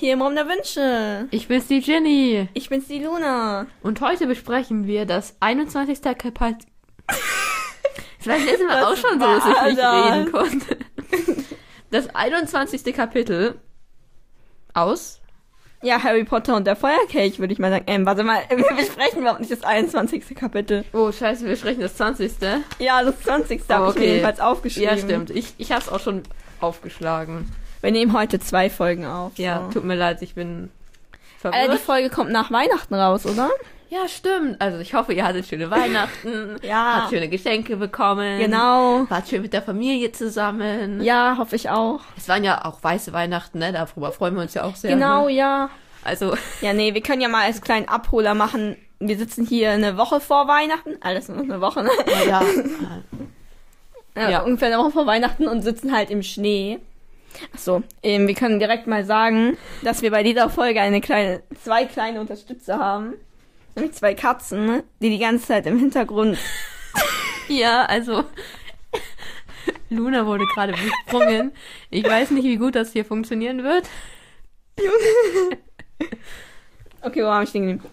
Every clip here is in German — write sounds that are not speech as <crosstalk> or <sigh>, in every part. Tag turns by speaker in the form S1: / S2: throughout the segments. S1: hier im Raum der Wünsche.
S2: Ich bin's die Ginny.
S1: Ich bin's die Luna.
S2: Und heute besprechen wir das 21.
S1: <laughs>
S2: Kapitel. Vielleicht ist mir auch schon so, dass ich nicht
S1: war
S2: reden konnte. Das 21. Kapitel aus.
S1: Ja, Harry Potter und der Feuerkelch, würde ich mal sagen. Ähm, warte mal, <laughs> wir besprechen überhaupt nicht das 21. Kapitel.
S2: Oh, scheiße, wir sprechen das 20.
S1: Ja, das 20. habe ich mir
S2: Okay.
S1: jedenfalls aufgeschrieben.
S2: Ja, stimmt. Ich, ich hab's auch schon aufgeschlagen.
S1: Wir nehmen heute zwei Folgen auf.
S2: Ja,
S1: So.
S2: tut mir leid, ich bin
S1: Äh, die
S2: verwirrt.
S1: Folge kommt nach Weihnachten raus, oder?
S2: ja, stimmt. Also ich hoffe, ihr hattet schöne Weihnachten.
S1: <laughs> Ja.
S2: Habt schöne Geschenke bekommen.
S1: Genau.
S2: Wart schön mit der Familie zusammen.
S1: Ja, hoffe ich auch.
S2: Es waren ja auch weiße Weihnachten, ne? Darüber freuen wir uns ja auch sehr.
S1: Genau,
S2: Ne?
S1: ja.
S2: Also,
S1: Ja, nee, wir können ja mal als kleinen Abholer machen. Wir sitzen hier eine Woche vor Weihnachten. Alles nur noch eine Woche, ne?
S2: ja.
S1: Ja,
S2: Ja.
S1: ungefähr eine Woche vor Weihnachten und sitzen halt im Schnee. Achso, ähm, wir können direkt mal sagen, dass wir bei dieser Folge eine kleine, zwei kleine Unterstützer haben. Nämlich zwei Katzen, ne? die die ganze Zeit im Hintergrund.
S2: <laughs> Ja, also. Luna wurde gerade besprungen. Ich weiß nicht, wie gut das hier funktionieren wird.
S1: Okay, wo habe ich den genommen?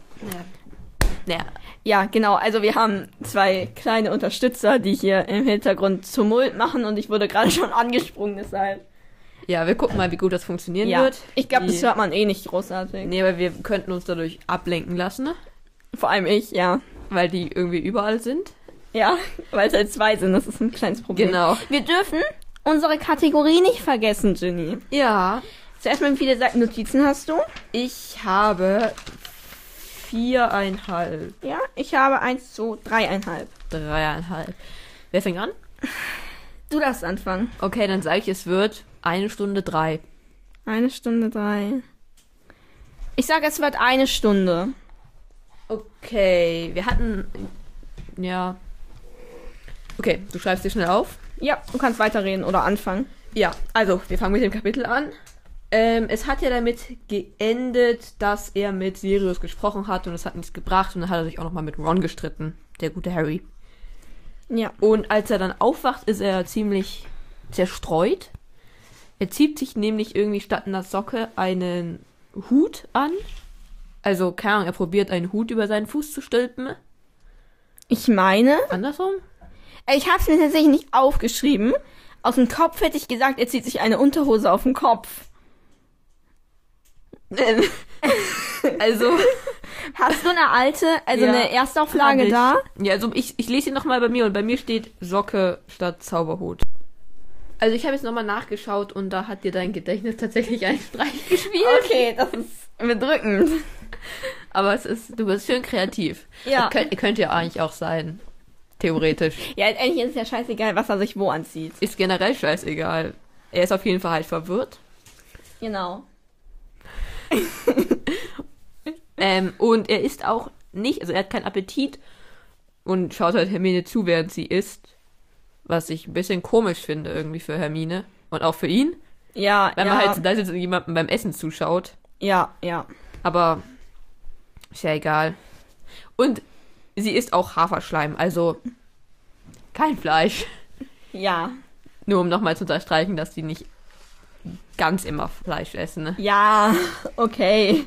S2: Ja.
S1: Ja, genau. Also wir haben zwei kleine Unterstützer, die hier im Hintergrund Tumult machen und ich wurde gerade <laughs> schon angesprungen, deshalb.
S2: ja, wir gucken mal, wie gut das funktionieren
S1: Ja,
S2: wird.
S1: ich glaube, das
S2: Die-
S1: hört man eh nicht großartig.
S2: Nee, aber wir könnten uns dadurch ablenken lassen, ne?
S1: Vor allem ich, ja.
S2: weil die irgendwie überall sind.
S1: Ja, <laughs> weil es halt zwei sind, das ist ein kleines Problem.
S2: Genau.
S1: Wir dürfen unsere Kategorie nicht vergessen, Ginny.
S2: Ja,
S1: Zuerst mal, wie viele Seiten Notizen hast du?
S2: ich habe viereinhalb,
S1: Ja, ich habe eins, zwei, dreieinhalb.
S2: dreieinhalb. Wer fängt an?
S1: Du darfst anfangen.
S2: Okay, dann sage ich, es wird eine Stunde drei.
S1: Eine Stunde drei. Ich sage, es wird eine Stunde.
S2: Okay, wir hatten. Ja. Okay, du schreibst dir schnell auf.
S1: Ja, du kannst weiterreden oder anfangen.
S2: Ja, also, wir fangen mit dem Kapitel an. Ähm, es hat ja damit geendet, dass er mit Sirius gesprochen hat und es hat nichts gebracht und dann hat er sich auch nochmal mit Ron gestritten. Der gute Harry.
S1: Ja.
S2: Und als er dann aufwacht, ist er ziemlich zerstreut. Er zieht sich nämlich irgendwie statt einer Socke einen Hut an. Also, keine Ahnung, er probiert einen Hut über seinen Fuß zu stülpen.
S1: Ich meine, äh,
S2: Andersrum?
S1: ich habe es mir tatsächlich nicht aufgeschrieben. Aus dem Kopf hätte ich gesagt, er zieht sich eine Unterhose auf den Kopf.
S2: Ähm,
S1: <laughs>
S2: also,
S1: Hast du eine alte, also
S2: Ja,
S1: eine Erstauflage da?
S2: Ja, also ich, ich lese ihn nochmal bei mir und bei mir steht Socke statt Zauberhut. Also ich habe jetzt nochmal nachgeschaut und da hat dir dein Gedächtnis tatsächlich
S1: <laughs>
S2: einen Streich gespielt.
S1: Okay, das ist bedrückend.
S2: Aber es ist, du bist schön kreativ.
S1: Ja.
S2: Ihr Könnt, ihr könnt ja eigentlich auch sein. Theoretisch.
S1: Ja, letztendlich ist es ja scheißegal, was er sich wo anzieht.
S2: Ist generell scheißegal. Er ist auf jeden Fall halt verwirrt.
S1: Genau.
S2: Ähm, und er isst auch nicht, also er hat keinen Appetit und schaut halt Hermine zu, während sie isst. Was ich ein bisschen komisch finde irgendwie für Hermine. Und auch für ihn.
S1: Ja,
S2: Wenn
S1: ja,
S2: man halt da sitzt und jemandem beim Essen zuschaut.
S1: ja, ja.
S2: Aber ist ja egal. Und sie isst auch Haferschleim, also kein Fleisch. <laughs>
S1: Ja,
S2: Nur um nochmal zu unterstreichen, dass die nicht ganz immer Fleisch essen. Ne?
S1: ja, okay.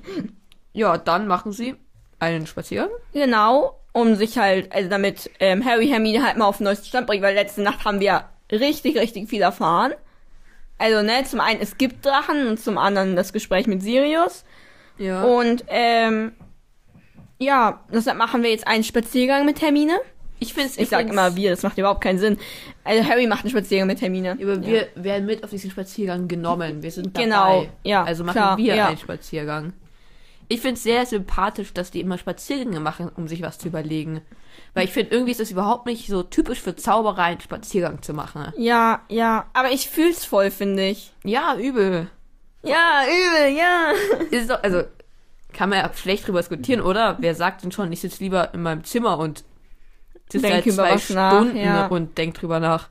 S2: Ja, dann machen sie einen Spaziergang.
S1: Genau, um sich halt, also damit ähm, Harry Hermine halt mal auf den neuesten Stand bringt, weil letzte Nacht haben wir richtig, richtig viel erfahren. Also, ne, zum einen, es gibt Drachen und zum anderen das Gespräch mit Sirius.
S2: Ja.
S1: Und, ähm, ja, deshalb machen wir jetzt einen Spaziergang mit Hermine.
S2: ich finde es
S1: Ich sag immer wir, das macht überhaupt keinen Sinn. Also, Harry macht einen Spaziergang mit Hermine.
S2: Aber wir werden mit auf diesen Spaziergang genommen. Wir sind dabei.
S1: Genau, ja,
S2: Also machen
S1: klar,
S2: wir
S1: ja.
S2: einen Spaziergang. Ich finde es sehr sympathisch, dass die immer Spaziergänge machen, um sich was zu überlegen. Weil ich finde, irgendwie ist es überhaupt nicht so typisch für Zauberer, einen Spaziergang zu machen.
S1: Ja, ja, aber ich fühl's voll, finde ich.
S2: Ja, übel.
S1: Ja, übel, ja.
S2: Ist doch, also, kann man ja schlecht drüber diskutieren, oder? Wer sagt denn schon, ich sitze lieber in meinem Zimmer und sitze
S1: Denk
S2: halt
S1: über
S2: zwei
S1: was nach,
S2: Stunden
S1: ja.
S2: und denk drüber nach.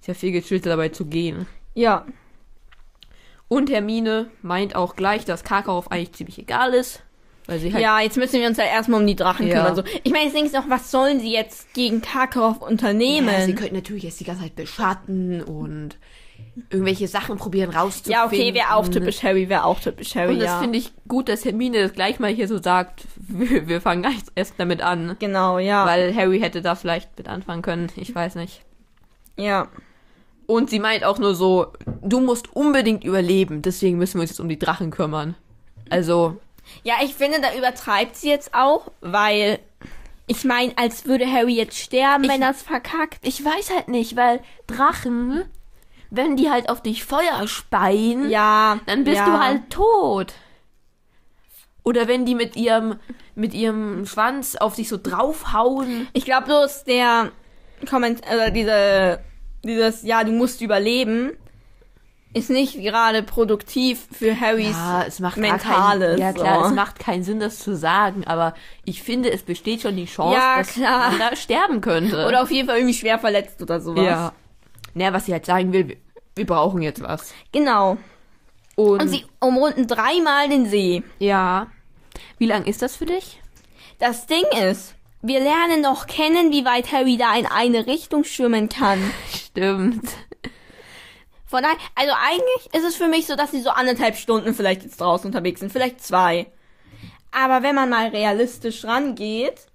S2: Ist ja viel gechillter dabei zu gehen.
S1: Ja,
S2: Und Hermine meint auch gleich, dass Karkaroff eigentlich ziemlich egal ist. Weil sie halt.
S1: ja, jetzt müssen wir uns halt erstmal um die Drachen
S2: Ja.
S1: kümmern. So. Ich meine, jetzt denkst du noch, was sollen sie jetzt gegen Karkaroff unternehmen?
S2: Ja, sie könnten natürlich jetzt die ganze Zeit beschatten und irgendwelche Sachen probieren rauszufinden.
S1: Ja, okay, wäre auch typisch Harry, wäre auch typisch Harry,
S2: Und das
S1: ja.
S2: finde ich gut, dass Hermine das gleich mal hier so sagt, <laughs> wir, wir fangen gleich erst damit an.
S1: Genau, ja.
S2: Weil Harry hätte da vielleicht mit anfangen können, ich weiß nicht.
S1: ja.
S2: Und sie meint auch nur so, du musst unbedingt überleben, deswegen müssen wir uns jetzt um die Drachen kümmern. Also,
S1: Ja, ich finde, da übertreibt sie jetzt auch, weil ich meine, als würde Harry jetzt sterben,
S2: Ich-
S1: wenn das verkackt.
S2: ich weiß halt nicht, weil Drachen, wenn die halt auf dich Feuer speien,
S1: Ja.
S2: dann bist
S1: ja.
S2: du halt tot. Oder wenn die mit ihrem, mit ihrem Schwanz auf dich so draufhauen.
S1: Ich glaube bloß der Komment oder diese dieses ja, du musst überleben ist nicht gerade produktiv für Harrys
S2: es macht
S1: mentales,
S2: Gar keinen, ja klar,
S1: so.
S2: es macht keinen Sinn, das zu sagen, aber ich finde, es besteht schon die Chance,
S1: Ja,
S2: dass
S1: klar.
S2: man da sterben könnte.
S1: oder auf jeden Fall irgendwie schwer verletzt oder sowas.
S2: Ja. Naja, was sie halt sagen will, wir, wir brauchen jetzt was.
S1: Genau.
S2: Und,
S1: Und sie umrunden dreimal den See.
S2: ja. Wie lang ist das für dich?
S1: Das Ding ist, wir lernen noch kennen, wie weit Harry da in eine Richtung schwimmen kann.
S2: Stimmt.
S1: Von daher, also eigentlich ist es für mich so, dass sie so anderthalb Stunden vielleicht jetzt draußen unterwegs sind, vielleicht zwei. Aber wenn man mal realistisch rangeht,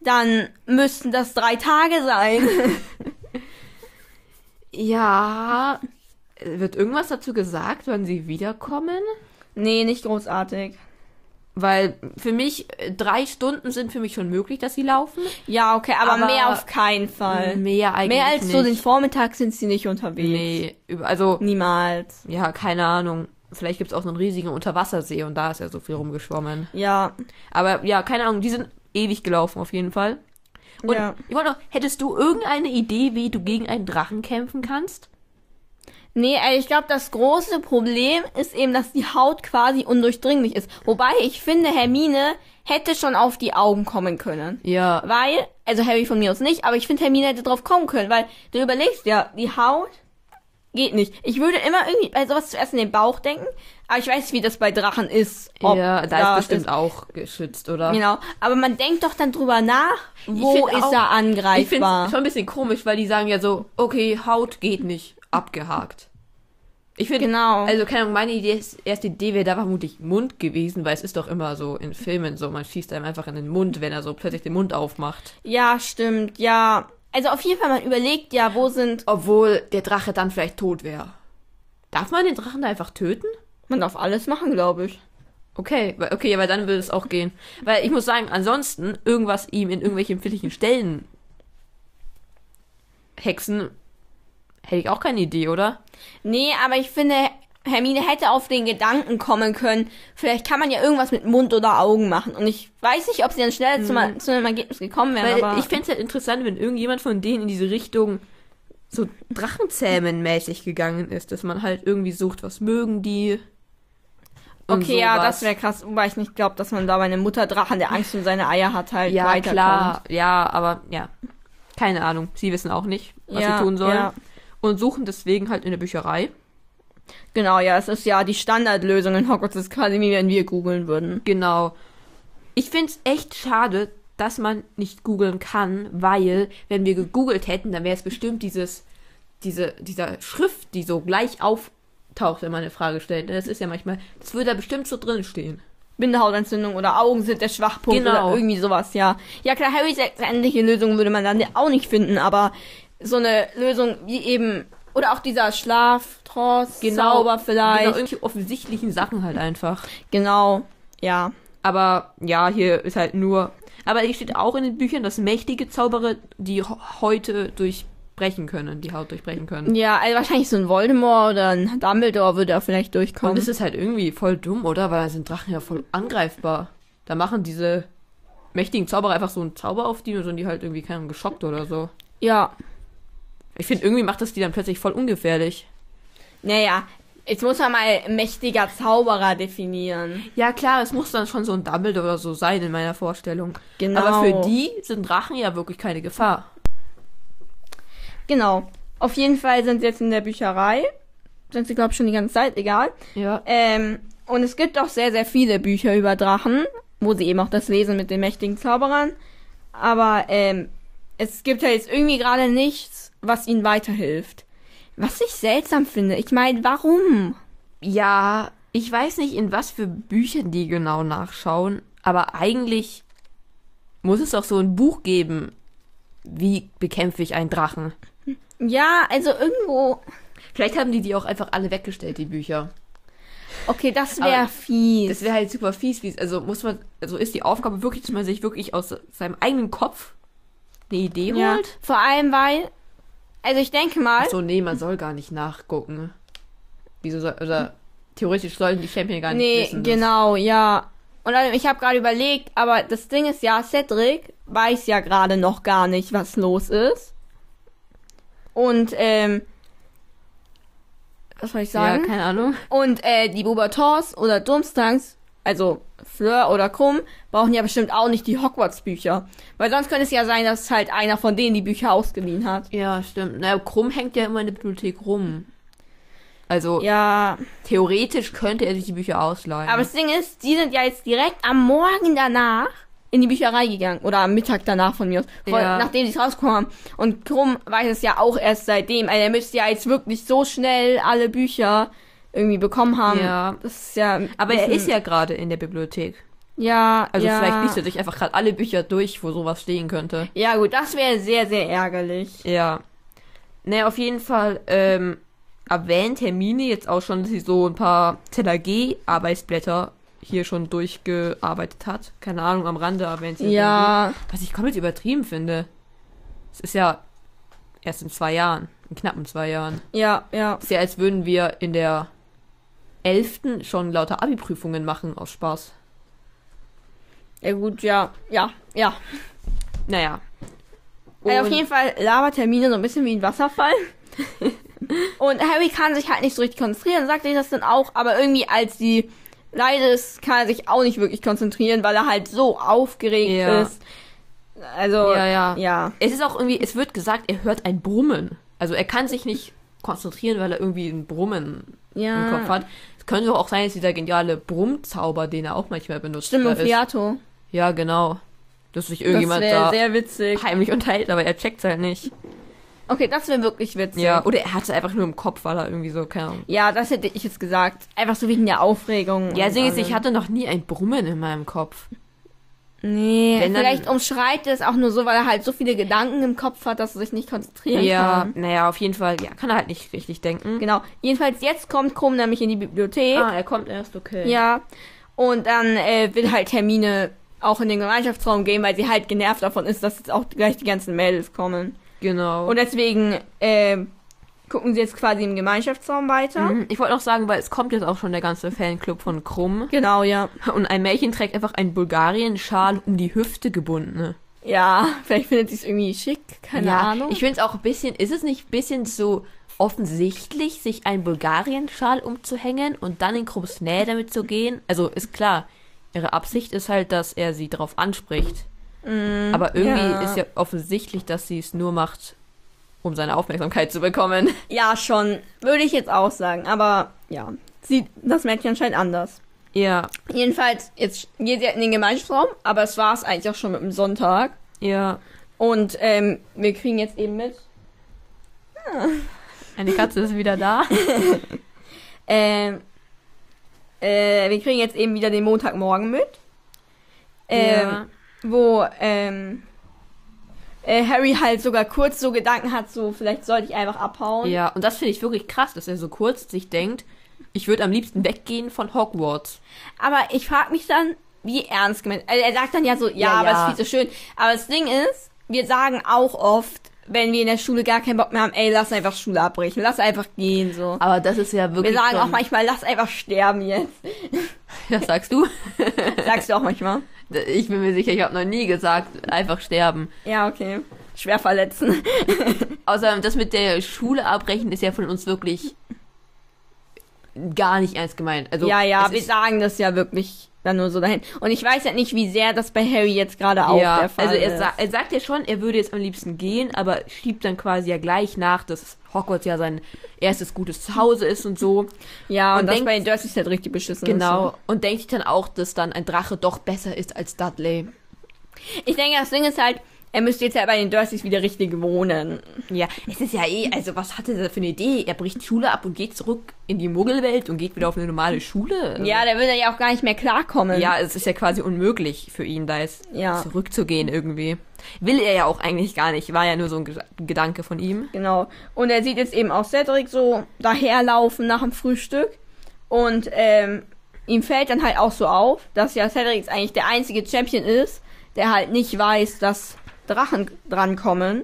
S1: dann müssten das drei Tage sein. <laughs>
S2: Ja. Wird irgendwas dazu gesagt, wann sie wiederkommen?
S1: nee, nicht großartig.
S2: Weil für mich, äh, drei Stunden sind für mich schon möglich, dass sie laufen.
S1: Ja, okay, aber,
S2: Aber
S1: mehr auf keinen Fall.
S2: Mehr eigentlich
S1: Mehr als so den
S2: nicht.
S1: Vormittag sind sie nicht unterwegs.
S2: Nee, über- also,
S1: Niemals.
S2: ja, keine Ahnung. Vielleicht gibt's auch so einen riesigen Unterwassersee und da ist ja so viel rumgeschwommen.
S1: Ja.
S2: Aber ja, keine Ahnung, die sind ewig gelaufen auf jeden Fall. Und
S1: ja.
S2: ich wollte noch, hättest du irgendeine Idee, wie du gegen einen Drachen kämpfen kannst?
S1: Nee, ey, ich glaube, das große Problem ist eben, dass die Haut quasi undurchdringlich ist. Wobei ich finde, Hermine hätte schon auf die Augen kommen können.
S2: Ja.
S1: Weil, also Harry von mir aus nicht, aber ich finde, Hermine hätte drauf kommen können, weil du überlegst ja, die Haut geht nicht. Ich würde immer irgendwie bei sowas zuerst in den Bauch denken, aber ich weiß, wie das bei Drachen ist. ob
S2: ja, da,
S1: das
S2: ist bestimmt auch geschützt, oder?
S1: Genau, aber man denkt doch dann drüber nach, wo
S2: find
S1: ist
S2: auch-
S1: er
S2: Ich finde
S1: angreifbar.
S2: schon ein bisschen komisch, weil die sagen ja so, okay, Haut geht nicht, abgehakt. Ich finde,
S1: Genau.
S2: also keine Ahnung, meine Idee ist, erste Idee wäre da vermutlich Mund gewesen, weil es ist doch immer so in Filmen so, man schießt einem einfach in den Mund, wenn er so plötzlich den Mund aufmacht.
S1: ja, stimmt, ja. Also auf jeden Fall, man überlegt ja, wo sind
S2: Obwohl der Drache dann vielleicht tot wäre. Darf man den Drachen da einfach töten?
S1: Man darf alles machen, glaube ich.
S2: Okay, weil- okay, aber dann würde es auch gehen. Weil ich muss sagen, ansonsten irgendwas ihm in irgendwelchen empfindlichen Stellen hexen, hätte ich auch keine Idee, oder?
S1: Nee, aber ich finde, Hermine hätte auf den Gedanken kommen können, vielleicht kann man ja irgendwas mit Mund oder Augen machen. Und ich weiß nicht, ob sie dann schnell zum, zu einem Ergebnis gekommen wären,
S2: Hm. Weil
S1: aber...
S2: ich fände es halt interessant, wenn irgendjemand von denen in diese Richtung so Drachenzähmen-mäßig gegangen ist, dass man halt irgendwie sucht, was mögen die. und
S1: okay, ja,
S2: sowas.
S1: das wäre krass, wobei ich nicht glaube, dass man da bei einem Mutterdrachen, der Angst um seine Eier hat, halt
S2: Ja,
S1: weiterkommt.
S2: klar, ja, aber ja. Keine Ahnung. Sie wissen auch nicht, was
S1: Ja,
S2: sie tun sollen.
S1: ja.
S2: Und suchen deswegen halt in der Bücherei.
S1: Genau, ja, es ist ja die Standardlösung in Hogwarts, das ist quasi wie wenn wir googeln würden.
S2: Genau. Ich find's echt schade, dass man nicht googeln kann, weil, wenn wir gegoogelt hätten, dann wäre es bestimmt dieses, diese, dieser Schrift, die so gleich auftaucht, wenn man eine Frage stellt. Das ist ja manchmal, das würde da bestimmt so drin stehen.
S1: Bindehautentzündung oder Augen sind der Schwachpunkt
S2: Genau.
S1: oder irgendwie sowas, ja. Ja klar, Harrys letztendliche Lösung würde man dann auch nicht finden, aber so eine Lösung wie eben, oder auch dieser Schlaf, Trost,
S2: Genau,
S1: Zauber
S2: Genau,
S1: vielleicht. Genau,
S2: irgendwelche offensichtlichen Sachen halt einfach.
S1: ja.
S2: Aber ja, hier ist halt nur. Aber hier steht auch in den Büchern, dass mächtige Zauberer die heute durchbrechen können, die Haut durchbrechen können.
S1: Ja, also wahrscheinlich so ein Voldemort oder ein Dumbledore würde da vielleicht durchkommen.
S2: Und es ist halt irgendwie voll dumm, oder? Weil da sind Drachen ja voll angreifbar. Da machen diese mächtigen Zauberer einfach so einen Zauber auf die und sind die halt irgendwie keinem geschockt oder so.
S1: ja,
S2: Ich finde, irgendwie macht das die dann plötzlich voll ungefährlich.
S1: naja. Jetzt muss man mal mächtiger Zauberer definieren.
S2: Ja, klar, es muss dann schon so ein Dumbledore oder so sein in meiner Vorstellung.
S1: Genau.
S2: Aber für die sind Drachen ja wirklich keine Gefahr.
S1: Genau. Auf jeden Fall sind sie jetzt in der Bücherei. Sind sie, glaube ich, schon die ganze Zeit, egal.
S2: Ja.
S1: Ähm, und es gibt auch sehr, sehr viele Bücher über Drachen, wo sie eben auch das lesen mit den mächtigen Zauberern. Aber ähm, es gibt ja jetzt irgendwie gerade nichts, was ihnen weiterhilft. Was ich seltsam finde. Ich meine, warum?
S2: Ja, ich weiß nicht, in was für Büchern die genau nachschauen, aber eigentlich muss es doch so ein Buch geben. Wie bekämpfe ich einen Drachen?
S1: Ja, also irgendwo.
S2: Vielleicht haben die die auch einfach alle weggestellt, die Bücher.
S1: Okay, das wäre
S2: Aber
S1: fies.
S2: Das wäre halt super fies, wie also muss man, also ist die Aufgabe wirklich, dass man sich wirklich aus seinem eigenen Kopf eine Idee
S1: ja.
S2: holt?
S1: Vor allem, weil. Also ich denke mal.
S2: Ach So, nee, man soll gar nicht nachgucken. Wieso soll, oder theoretisch sollen die Champion gar nicht
S1: Nee,
S2: wissen. dass-
S1: genau, ja. Und dann, ich habe gerade überlegt, aber das Ding ist ja, Cedric weiß ja gerade noch gar nicht, was los ist. Und, ähm, was soll ich
S2: Ja,
S1: sagen?
S2: keine Ahnung.
S1: Und äh, die Bobatons oder Dummstangs, also Fleur oder Krumm, brauchen ja bestimmt auch nicht die Hogwarts-Bücher. Weil sonst könnte es ja sein, dass halt einer von denen die Bücher ausgeliehen hat.
S2: Ja, stimmt. Na, Krumm hängt ja immer in der Bibliothek rum. Also,
S1: Ja,
S2: theoretisch könnte er sich die Bücher ausleihen.
S1: aber das Ding ist, die sind ja jetzt direkt am Morgen danach in die Bücherei gegangen. Oder am Mittag danach von mir aus. Vor,
S2: Ja.
S1: Nachdem sie rausgekommen haben. Und Krumm weiß es ja auch erst seitdem. Also er müsste ja jetzt wirklich so schnell alle Bücher irgendwie bekommen haben.
S2: Ja.
S1: Das ist ja.
S2: aber er ist ja gerade in der Bibliothek.
S1: Ja,
S2: Also
S1: ja.
S2: vielleicht liest er sich einfach gerade alle Bücher durch, wo sowas stehen könnte.
S1: Ja, gut, das wäre sehr, sehr ärgerlich.
S2: Ja. Ne, auf jeden Fall ähm, erwähnt Hermine jetzt auch schon, dass sie so ein paar ZAG-Arbeitsblätter hier schon durchgearbeitet hat. Keine Ahnung, am Rande erwähnt sie
S1: Ja,
S2: das irgendwie. Was ich komplett übertrieben finde. Es ist ja erst in zwei Jahren, in knappen zwei Jahren.
S1: ja, ja.
S2: Ist ja, als würden wir in der 11. schon lauter Abi-Prüfungen machen, aus Spaß.
S1: Ja, gut, ja, ja, ja.
S2: Naja.
S1: Also auf
S2: Und-
S1: jeden Fall labert Hermine so ein bisschen wie ein
S2: <laughs>
S1: Wasserfall. und Harry kann sich halt nicht so richtig konzentrieren, sagt ich das dann auch, aber irgendwie als die leise ist, kann er sich auch nicht wirklich konzentrieren, weil er halt so aufgeregt
S2: Ja.
S1: ist. Also,
S2: Ja, ja.
S1: ja.
S2: Es ist auch irgendwie, es wird gesagt, er hört ein Brummen. Also er kann sich nicht konzentrieren, weil er irgendwie ein Brummen im Kopf
S1: Ja.
S2: hat. Es könnte doch auch sein, dass dieser geniale Brummzauber, den er auch manchmal benutzt, da
S1: Stimmung
S2: ist.
S1: Fiato.
S2: Ja, genau. Dass sich
S1: Das
S2: irgendjemand
S1: wäre
S2: da
S1: sehr witzig.
S2: heimlich unterhält, aber er checkt halt nicht.
S1: Okay, das wäre wirklich witzig.
S2: Ja, oder er hatte einfach nur im Kopf, weil er irgendwie so, keine Ahnung.
S1: Ja, das hätte ich jetzt gesagt. Einfach so wegen der Aufregung.
S2: Ja,
S1: und
S2: deswegen ist,
S1: allem.
S2: ich hatte noch nie ein Brummen in meinem Kopf.
S1: Nee,
S2: Wenn dann-
S1: vielleicht umschreit er es auch nur so, weil er halt so viele Gedanken im Kopf hat, dass er sich nicht konzentrieren
S2: Ja,
S1: kann.
S2: naja, auf jeden Fall, ja, kann er halt nicht richtig denken.
S1: Genau. Jedenfalls jetzt kommt Krumm nämlich in die Bibliothek.
S2: Ah, er kommt erst, okay.
S1: Genau. Ja. Und dann äh, will halt Hermine auch in den Gemeinschaftsraum gehen, weil sie halt genervt davon ist, dass jetzt auch gleich die ganzen Mädels kommen.
S2: Genau.
S1: Und deswegen äh, gucken sie jetzt quasi im Gemeinschaftsraum weiter.
S2: Mhm. Ich wollte noch sagen, weil es kommt jetzt auch schon der ganze Fanclub von Krumm.
S1: Genau, ja.
S2: Und ein Mädchen trägt einfach einen Bulgarien-Schal um die Hüfte ne? gebundene.
S1: Ja, vielleicht findet sie es irgendwie schick, keine Ahnung.
S2: Ich finde es auch ein bisschen, ist es nicht ein bisschen so offensichtlich, sich einen Bulgarien-Schal umzuhängen und dann in Krumms Nähe damit zu gehen? Also ist klar, ihre Absicht ist halt, dass er sie drauf anspricht. Aber irgendwie
S1: Mhm. ja.
S2: ist Hm, ja offensichtlich, dass sie es nur macht, um seine Aufmerksamkeit zu bekommen.
S1: Ja, schon. Würde ich jetzt auch sagen. Aber ja, sieht das Mädchen anscheinend anders.
S2: <laughs> ja,
S1: Jedenfalls, jetzt geht sie halt in den Gemeinschaftsraum, aber es war es eigentlich auch schon mit dem Sonntag.
S2: ja.
S1: Und ähm, wir kriegen jetzt eben mit,
S2: Eine Katze ist wieder <laughs> da.
S1: ähm, äh, wir kriegen jetzt eben wieder den Montagmorgen mit, ähm,
S2: ja.
S1: wo ähm, äh, Harry halt sogar kurz so Gedanken hat, so vielleicht sollte ich einfach abhauen.
S2: Ja, und das finde ich wirklich krass, dass er so kurz sich denkt, ich würde am liebsten weggehen von Hogwarts.
S1: Aber ich frage mich dann, wie ernst gemeint. Also er sagt dann ja so, ja,
S2: Ja,
S1: aber
S2: ja.
S1: es ist viel zu schön. Aber das Ding ist, wir sagen auch oft, wenn wir in der Schule gar keinen Bock mehr haben, ey, lass einfach Schule abbrechen, lass einfach gehen, so.
S2: Aber das ist ja
S1: Wir
S2: wirklich.
S1: sagen auch
S2: schon- <laughs>
S1: manchmal, lass einfach sterben jetzt.
S2: Das sagst du?
S1: Sagst du auch manchmal?
S2: Ich bin mir sicher, ich habe noch nie gesagt, einfach sterben.
S1: Ja, okay. Schwer verletzen.
S2: Außerdem, das mit der Schule abbrechen ist ja von uns wirklich gar nicht ernst gemeint. Also,
S1: ja, ja,
S2: es
S1: wir
S2: ist,
S1: sagen das ja wirklich dann nur so dahin. Und ich weiß ja nicht, wie sehr das bei Harry jetzt gerade auch
S2: ja,
S1: der Fall
S2: also er,
S1: ist.
S2: sa er sagt ja schon, er würde jetzt am liebsten gehen, aber schiebt dann quasi ja gleich nach, dass Hogwarts ja sein erstes gutes Zuhause ist und so.
S1: ja, und,
S2: und
S1: das
S2: denkt-
S1: bei Dursley ist halt richtig beschissen. ist, ne?
S2: Genau. Und denkt sich dann auch, dass dann ein Drache doch besser ist als Dudley.
S1: Ich denke, das Ding ist halt, Er müsste jetzt ja bei den Dursleys wieder richtig wohnen.
S2: Ja, es ist ja eh, also was hatte er für eine Idee? Er bricht Schule ab und geht zurück in die Muggelwelt und geht wieder auf eine normale Schule.
S1: Ja, der würde ja auch gar nicht mehr klarkommen.
S2: Ja, es ist ja quasi unmöglich für ihn, da jetzt
S1: Ja.
S2: zurückzugehen irgendwie. Will er ja auch eigentlich gar nicht, war ja nur so ein Ge- Gedanke von ihm.
S1: Genau. Und er sieht jetzt eben auch Cedric so daherlaufen nach dem Frühstück. Und ähm, ihm fällt dann halt auch so auf, dass ja Cedric jetzt eigentlich der einzige Champion ist, der halt nicht weiß, dass Drachen drankommen.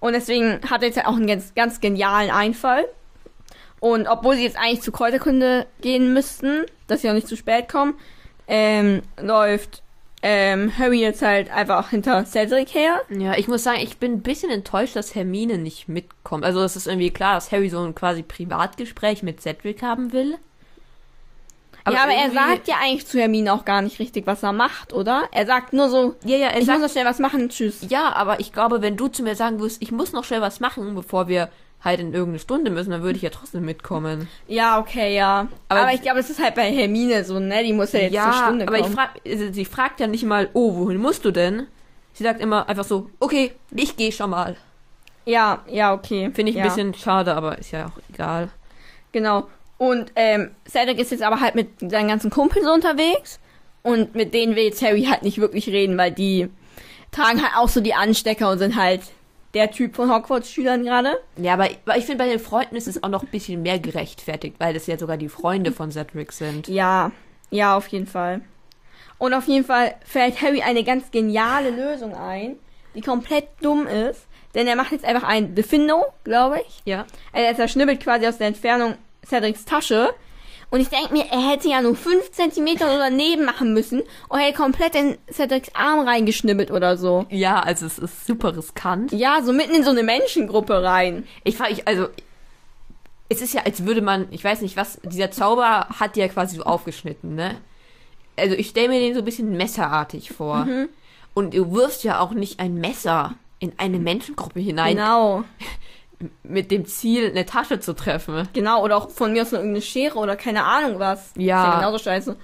S1: Und deswegen hat er jetzt halt auch einen ganz, ganz genialen Einfall. Und obwohl sie jetzt eigentlich zu Kräuterkunde gehen müssten, dass sie auch nicht zu spät kommen, ähm, läuft ähm, Harry jetzt halt einfach hinter Cedric her.
S2: Ja, ich muss sagen, ich bin ein bisschen enttäuscht, dass Hermine nicht mitkommt. Also es ist irgendwie klar, dass Harry so ein quasi Privatgespräch mit Cedric haben will.
S1: ja, aber er
S2: irgendwie-
S1: sagt ja eigentlich zu Hermine auch gar nicht richtig, was er macht, oder? Er sagt nur so,
S2: Ja, ja, er
S1: ich
S2: sagt,
S1: muss noch schnell was machen, tschüss.
S2: ja, aber ich glaube, wenn du zu mir sagen würdest, ich muss noch schnell was machen, bevor wir halt in irgendeine Stunde müssen, dann würde ich ja trotzdem mitkommen.
S1: Ja, okay, ja. Aber,
S2: Aber-
S1: ich glaube, das ist halt bei Hermine so, ne? Die muss ja jetzt
S2: ja,
S1: zur Stunde
S2: aber ich
S1: kommen.
S2: frag, also sie fragt ja nicht mal, oh, wohin musst du denn? Sie sagt immer einfach so, okay, ich gehe schon mal.
S1: ja, ja, okay.
S2: Finde ich
S1: ja,
S2: ein bisschen schade, aber ist ja auch egal.
S1: Genau. Und ähm, Cedric ist jetzt aber halt mit seinen ganzen Kumpeln so unterwegs. Und mit denen will jetzt Harry halt nicht wirklich reden, weil die tragen halt auch so die Anstecker und sind halt der Typ von Hogwarts-Schülern gerade.
S2: Ja, aber aber ich finde, bei den Freunden ist es auch noch ein bisschen mehr gerechtfertigt, weil das ja sogar die Freunde von Cedric sind.
S1: Ja, ja, auf jeden Fall. Und auf jeden Fall fällt Harry eine ganz geniale Lösung ein, die komplett dumm ist, denn er macht jetzt einfach ein Defino, glaube ich.
S2: Ja.
S1: Also er zerschnibbelt quasi aus der Entfernung Cedrics Tasche. Und ich denke mir, er hätte ja nur 5 cm so daneben machen müssen und er hätte komplett in Cedrics Arm reingeschnibbelt oder so.
S2: Ja, also es ist super riskant.
S1: Ja, so mitten in so eine Menschengruppe rein.
S2: Ich frage, ich, also, es ist ja, als würde man, ich weiß nicht, was, dieser Zauber hat ja quasi so aufgeschnitten, ne? Also, ich stelle mir den so ein bisschen messerartig vor. Und du wirfst ja auch nicht ein Messer in eine Menschengruppe hinein,
S1: Genau.
S2: mit dem Ziel, eine Tasche zu treffen.
S1: Genau, oder auch von mir aus nur irgendeine Schere oder keine Ahnung was.
S2: Ja.
S1: Ist ja genauso scheiße.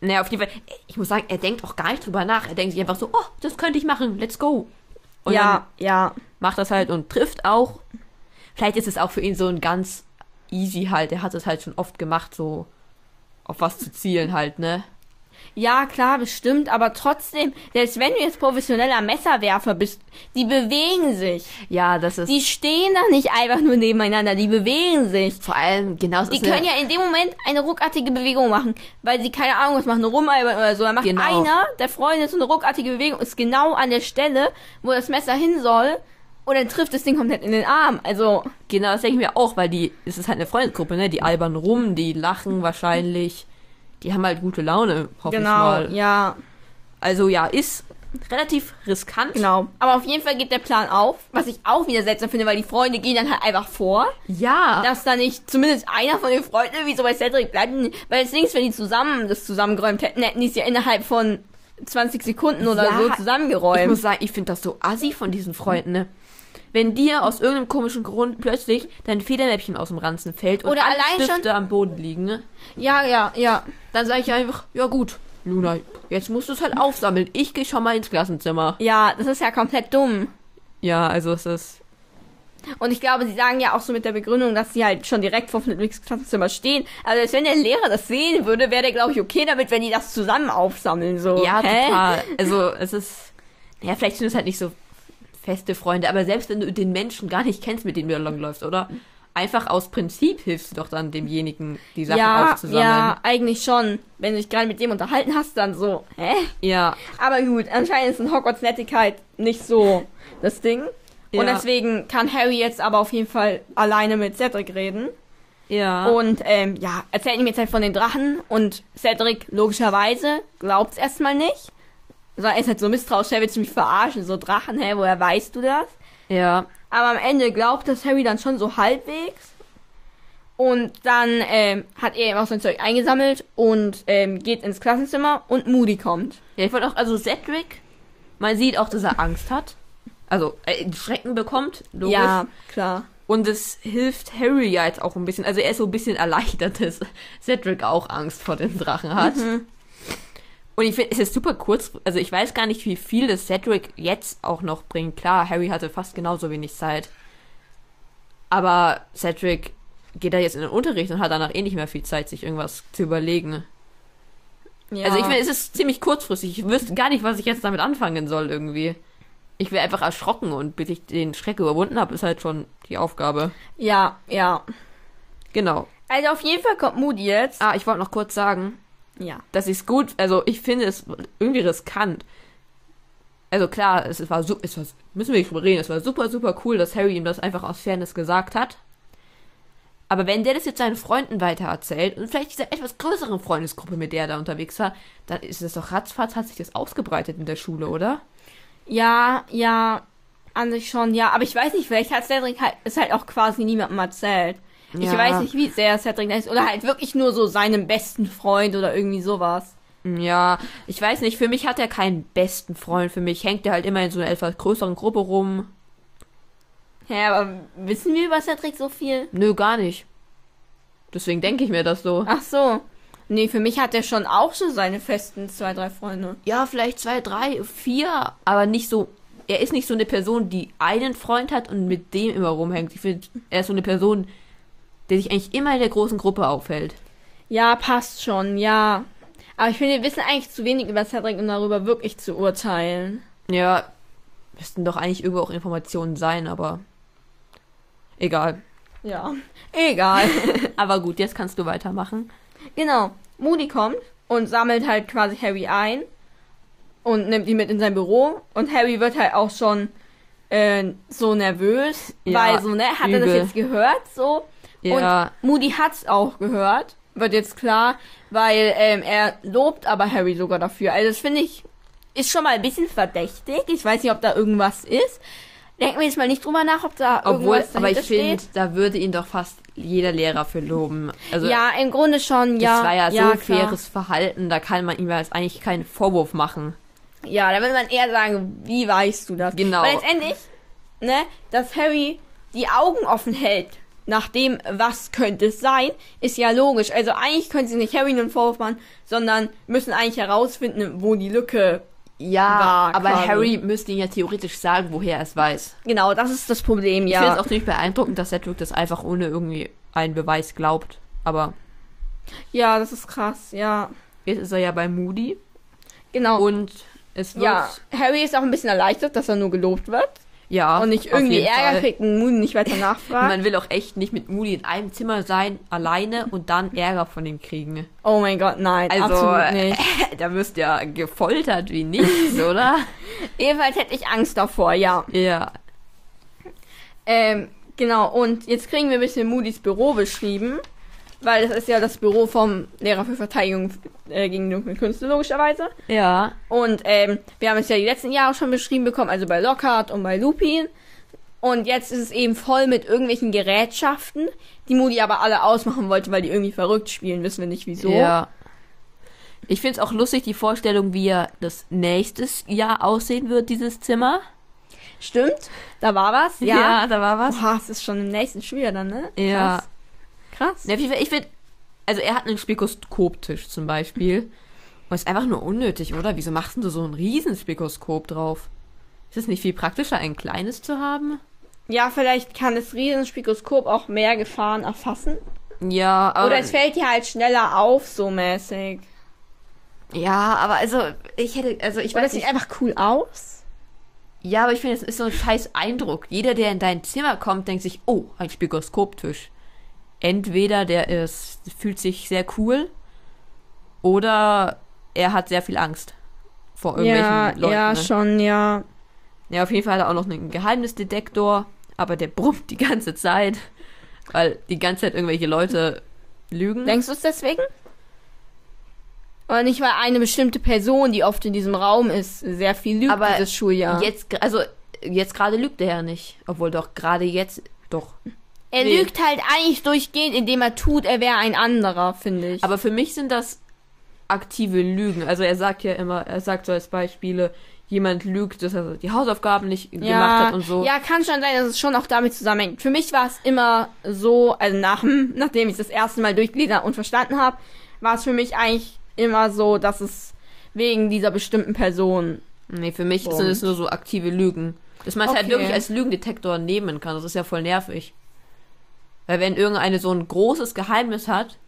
S2: Naja, auf jeden Fall, ich muss sagen, er denkt auch gar nicht drüber nach. Er denkt sich einfach so, oh, das könnte ich machen, let's go. Und dann
S1: ja, ja.
S2: macht das halt und trifft auch. Vielleicht ist es auch für ihn so ein ganz easy halt. Er hat es halt schon oft gemacht, so auf was zu zielen halt, ne?
S1: Ja, klar, bestimmt, aber trotzdem, selbst wenn du jetzt professioneller Messerwerfer bist, die bewegen sich.
S2: Ja, das ist
S1: Die stehen da nicht einfach nur nebeneinander, die bewegen sich.
S2: vor allem genau das
S1: Die
S2: ist
S1: können
S2: eine-
S1: ja in dem Moment eine ruckartige Bewegung machen, weil sie keine Ahnung was machen, rumalbern oder so. Da macht
S2: Genau.
S1: einer, der Freund ist so eine ruckartige Bewegung, ist genau an der Stelle, wo das Messer hin soll, und dann trifft das Ding komplett in den Arm. Also,
S2: genau das denke ich mir auch, weil die es ist halt eine Freundesgruppe, ne? Die albern rum, die lachen wahrscheinlich. Die haben halt gute Laune, hoffe
S1: Genau.
S2: ich mal.
S1: ja,
S2: Also ja, ist relativ riskant.
S1: genau. Aber auf jeden Fall geht der Plan auf, was ich auch wieder seltsam finde, weil die Freunde gehen dann halt einfach vor.
S2: Ja.
S1: <laughs> dass da nicht zumindest einer von den Freunden wie so bei Cedric bleibt. Weil das Ding ist, wenn die zusammen das zusammengeräumt hätten, hätten die es ja innerhalb von 20 Sekunden oder
S2: Ja,
S1: so
S2: Ich
S1: zusammengeräumt.
S2: muss sagen, ich finde das so assi von diesen Freunden, ne? Wenn dir aus irgendeinem komischen Grund plötzlich dein Federnäpfchen aus dem Ranzen fällt und
S1: Oder
S2: alle
S1: allein
S2: Stifte am Boden liegen, ne?
S1: Ja, ja, ja.
S2: Dann sage ich einfach, ja gut, Luna, jetzt musst du es halt aufsammeln. Ich gehe schon mal ins Klassenzimmer.
S1: Ja, das ist ja komplett dumm.
S2: Ja, also es ist...
S1: Und ich glaube, sie sagen ja auch so mit der Begründung, dass sie halt schon direkt vor Flitwigs Klassenzimmer stehen. Also als wenn der Lehrer das sehen würde, wäre der, glaube ich, okay damit, wenn die das zusammen aufsammeln. So.
S2: Ja,
S1: Hä?
S2: total. Also es ist... Naja, vielleicht sind es halt nicht so feste Freunde, aber selbst wenn du den Menschen gar nicht kennst, mit dem du langläufst, oder? Einfach aus Prinzip hilfst du doch dann demjenigen, die Sachen
S1: Ja,
S2: aufzusammeln.
S1: ja, eigentlich schon. Wenn du dich gerade mit dem unterhalten hast, dann so. Hä?
S2: ja.
S1: Aber gut, anscheinend ist in Hogwarts Nettigkeit nicht so das Ding. Und
S2: Ja.
S1: deswegen kann Harry jetzt aber auf jeden Fall alleine mit Cedric reden.
S2: Ja.
S1: Und ähm, ja, erzählt ihm jetzt halt von den Drachen. Und Cedric, logischerweise, glaubt's erstmal nicht. Sondern er ist halt so misstrauisch, er willst du mich verarschen? So Drachen, hä, woher weißt du das?
S2: ja.
S1: Aber am Ende glaubt das Harry dann schon so halbwegs. Und dann ähm, hat er eben auch sein Zeug eingesammelt und ähm, geht ins Klassenzimmer und Moody kommt.
S2: Ja, ich wollte auch, also Cedric, man sieht auch, dass er Angst hat. Also äh, Schrecken bekommt, logisch.
S1: Ja, klar.
S2: Und es hilft Harry ja jetzt auch ein bisschen. Also er ist so ein bisschen erleichtert, dass Cedric auch Angst vor den Drachen hat. Und ich finde, es ist super kurz. Also ich weiß gar nicht, wie viel das Cedric jetzt auch noch bringt. Klar, Harry hatte fast genauso wenig Zeit. Aber Cedric geht da jetzt in den Unterricht und hat danach eh nicht mehr viel Zeit, sich irgendwas zu überlegen.
S1: Ja.
S2: Also ich finde, es ist ziemlich kurzfristig. Ich wüsste gar nicht, was ich jetzt damit anfangen soll irgendwie. Ich wäre einfach erschrocken und bis ich den Schreck überwunden habe, ist halt schon die Aufgabe.
S1: ja, ja.
S2: Genau.
S1: Also auf jeden Fall kommt Moody jetzt.
S2: Ah, ich wollte noch kurz sagen,
S1: Ja.
S2: dass ich es gut, also ich finde es irgendwie riskant. Also klar, es war super, es war, müssen wir nicht drüber reden, es war super, super cool, dass Harry ihm das einfach aus Fairness gesagt hat. Aber wenn der das jetzt seinen Freunden weitererzählt und vielleicht dieser etwas größeren Freundesgruppe, mit der er da unterwegs war, dann ist es doch ratzfatz, hat sich das ausgebreitet in der Schule, oder?
S1: Ja, ja. An sich schon, ja. Aber ich weiß nicht, vielleicht hat Cedric halt, ist halt auch quasi niemandem erzählt. Ich
S2: Ja.
S1: weiß nicht, wie sehr Cedric da ist. Oder halt wirklich nur so seinem besten Freund oder irgendwie sowas.
S2: Ja, ich weiß nicht, für mich hat er keinen besten Freund, für mich hängt er halt immer in so einer etwas größeren Gruppe rum.
S1: Hä, aber wissen wir über Cedric so viel?
S2: Nö, gar nicht. Deswegen denke ich mir das so.
S1: Ach so. Nee, für mich hat er schon auch so seine festen zwei, drei Freunde.
S2: ja, vielleicht zwei, drei, vier, aber nicht so. Er ist nicht so eine Person, die einen Freund hat und mit dem immer rumhängt. Ich finde, er ist so eine Person, der sich eigentlich immer in der großen Gruppe aufhält.
S1: Ja, passt schon, ja. Aber ich finde, wir wissen eigentlich zu wenig über Cedric, um darüber wirklich zu urteilen.
S2: Ja, müssten doch eigentlich irgendwo auch Informationen sein, aber egal. <laughs>
S1: Ja. Egal.
S2: Aber gut, jetzt kannst du weitermachen.
S1: genau. Moody kommt und sammelt halt quasi Harry ein und nimmt ihn mit in sein Büro. Und Harry wird halt auch schon äh, so nervös,
S2: Ja,
S1: weil so, ne, hat er das
S2: übel.
S1: jetzt gehört so?
S2: Ja,
S1: Und Moody hat's auch gehört, wird jetzt klar, weil ähm, er lobt aber Harry sogar dafür. Also das finde ich, ist schon mal ein bisschen verdächtig. Ich weiß nicht, ob da irgendwas ist. Denken wir jetzt mal nicht drüber nach, ob da
S2: obwohl,
S1: irgendwas
S2: aber ich
S1: dahinter steht.
S2: finde, da würde ihn doch fast jeder Lehrer für loben. Also,
S1: ja, im Grunde schon, ja.
S2: das war ja so
S1: klar.
S2: faires Verhalten, da kann man ihm jetzt eigentlich keinen Vorwurf machen.
S1: Ja, da würde man eher sagen, wie weißt du das?
S2: Genau.
S1: Weil letztendlich, ne, dass Harry die Augen offen hält nach dem, was könnte es sein, ist ja logisch. Also eigentlich können sie nicht Harry einen Vorwurf machen, sondern müssen eigentlich herausfinden, wo die Lücke.
S2: Ja,
S1: war
S2: aber
S1: quasi.
S2: Harry müsste ihn ja theoretisch sagen, woher er es weiß.
S1: Genau, das ist das Problem,
S2: Ich finde
S1: ja.
S2: es auch ziemlich beeindruckend, dass Cedric das einfach ohne irgendwie einen Beweis glaubt. Aber
S1: Ja, das ist krass, ja.
S2: jetzt ist er ja bei Moody
S1: Genau.
S2: und es wird...
S1: ja, Harry ist auch ein bisschen erleichtert, dass er nur gelobt wird
S2: ja
S1: und nicht
S2: auf
S1: irgendwie
S2: jeden
S1: Ärger
S2: Fall.
S1: kriegt und Moon nicht
S2: <laughs>
S1: weiter
S2: Und
S1: nachfragt.
S2: Man will auch echt nicht mit Moody in einem Zimmer sein, alleine und dann Ärger von ihm kriegen.
S1: Oh mein Gott, nein,
S2: Also,
S1: absolut
S2: <laughs>
S1: nicht.
S2: da wirst du ja gefoltert wie <laughs> nichts, oder?
S1: Jedenfalls hätte ich Angst davor, ja.
S2: Ja.
S1: Ähm, genau, und jetzt kriegen wir ein bisschen Moody's Büro beschrieben, weil das ist ja das Büro vom Lehrer für Verteidigung äh, gegen dunkle Künste, logischerweise.
S2: Ja.
S1: Und ähm, wir haben es ja die letzten Jahre schon beschrieben bekommen, also bei Lockhart und bei Lupin. Und jetzt ist es eben voll mit irgendwelchen Gerätschaften, die Moody aber alle ausmachen wollte, weil die irgendwie verrückt spielen, wissen wir nicht wieso.
S2: Ja. Ich finde es auch lustig, die Vorstellung, wie ja das nächstes Jahr aussehen wird, dieses Zimmer.
S1: Stimmt, da war was, ja.
S2: da war was.
S1: Oha, es ist schon im nächsten Schuljahr dann, ne?
S2: Ja.
S1: Krass. Krass.
S2: Ne, auf jeden Fall, ich finde, also er hat einen Spikoskoptisch zum Beispiel. Und ist einfach nur unnötig, oder? Wieso machst denn du so ein riesen Spikoskop drauf? Ist es nicht viel praktischer, ein kleines zu haben?
S1: Ja, vielleicht kann das Riesenspikoskop auch mehr Gefahren erfassen.
S2: Ja, aber.
S1: Oder es fällt dir halt schneller auf, so mäßig.
S2: ja, aber also, ich hätte, also ich
S1: Oder es
S2: weiß
S1: sieht
S2: nicht.
S1: einfach cool aus.
S2: Ja, aber ich finde, es ist so ein scheiß Eindruck. Jeder, der in dein Zimmer kommt, denkt sich, oh, ein Spikoskoptisch. Entweder der ist, fühlt sich sehr cool oder er hat sehr viel Angst vor irgendwelchen Leuten. ne?
S1: schon, ja.
S2: Ja, auf jeden Fall hat er auch noch einen Geheimnisdetektor, aber der brummt die ganze Zeit, weil die ganze Zeit irgendwelche Leute lügen.
S1: Denkst du es deswegen? Oder nicht, weil eine bestimmte Person, die oft in diesem Raum ist, sehr viel lügt
S2: Aber
S1: dieses Schuljahr.
S2: Jetzt, gr- also jetzt gerade lügt er ja nicht, obwohl doch gerade jetzt doch.
S1: er
S2: nee.
S1: lügt halt eigentlich durchgehend, indem er tut, er wäre ein anderer, finde ich.
S2: Aber für mich sind das aktive Lügen. Also er sagt ja immer, er sagt so als Beispiele, jemand lügt, dass er die Hausaufgaben nicht gemacht hat und so.
S1: Ja, kann schon sein, dass es schon auch damit zusammenhängt. Für mich war es immer so, also nach, dem- nachdem ich das erste Mal durchgelesen habe und verstanden habe, war es für mich eigentlich immer so, dass es wegen dieser bestimmten Person.
S2: Nee, für mich
S1: Punkt.
S2: sind es nur so aktive Lügen. Dass man es halt
S1: Okay.
S2: wirklich als Lügendetektor nehmen kann. Das ist ja voll nervig. Weil wenn irgendeine so ein großes Geheimnis hat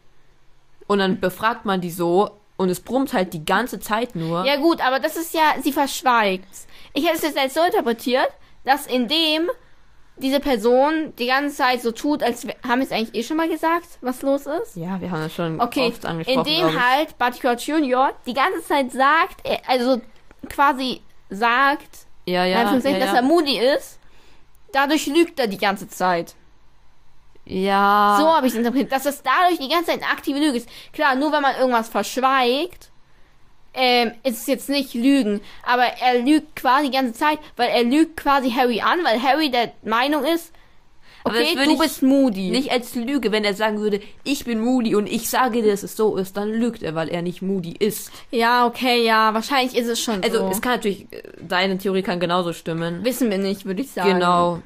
S2: und dann befragt man die so und es brummt halt die ganze Zeit nur.
S1: Ja gut, aber das ist ja, sie verschweigt. Ich hätte es jetzt als so interpretiert, dass indem diese Person die ganze Zeit so tut, als wär- haben wir es eigentlich eh schon mal gesagt, was los ist.
S2: Ja, wir haben das schon
S1: Okay,
S2: oft angesprochen. glaub ich.
S1: indem halt Buddy Cott Jr. die ganze Zeit sagt, er- also quasi sagt,
S2: ja,
S1: in
S2: ja, ja,
S1: Anführungszeichen, dass er
S2: ja.
S1: Moody ist, dadurch lügt er die ganze Zeit.
S2: ja.
S1: So habe ich es interpretiert, dass das dadurch die ganze Zeit eine aktive Lüge ist. Klar, nur wenn man irgendwas verschweigt, ähm, ist es jetzt nicht Lügen. Aber er lügt quasi die ganze Zeit, weil er lügt quasi Harry an, weil Harry der Meinung ist,
S2: Aber das
S1: okay,
S2: würde
S1: du
S2: ich
S1: bist Moody.
S2: Nicht als Lüge, wenn er sagen würde, ich bin Moody und ich sage dir, dass es so ist, dann lügt er, weil er nicht Moody ist.
S1: Ja, okay, ja, wahrscheinlich ist es schon
S2: Also
S1: so.
S2: es kann natürlich, äh, deine Theorie kann genauso stimmen.
S1: Wissen wir nicht, würde ich sagen.
S2: Genau.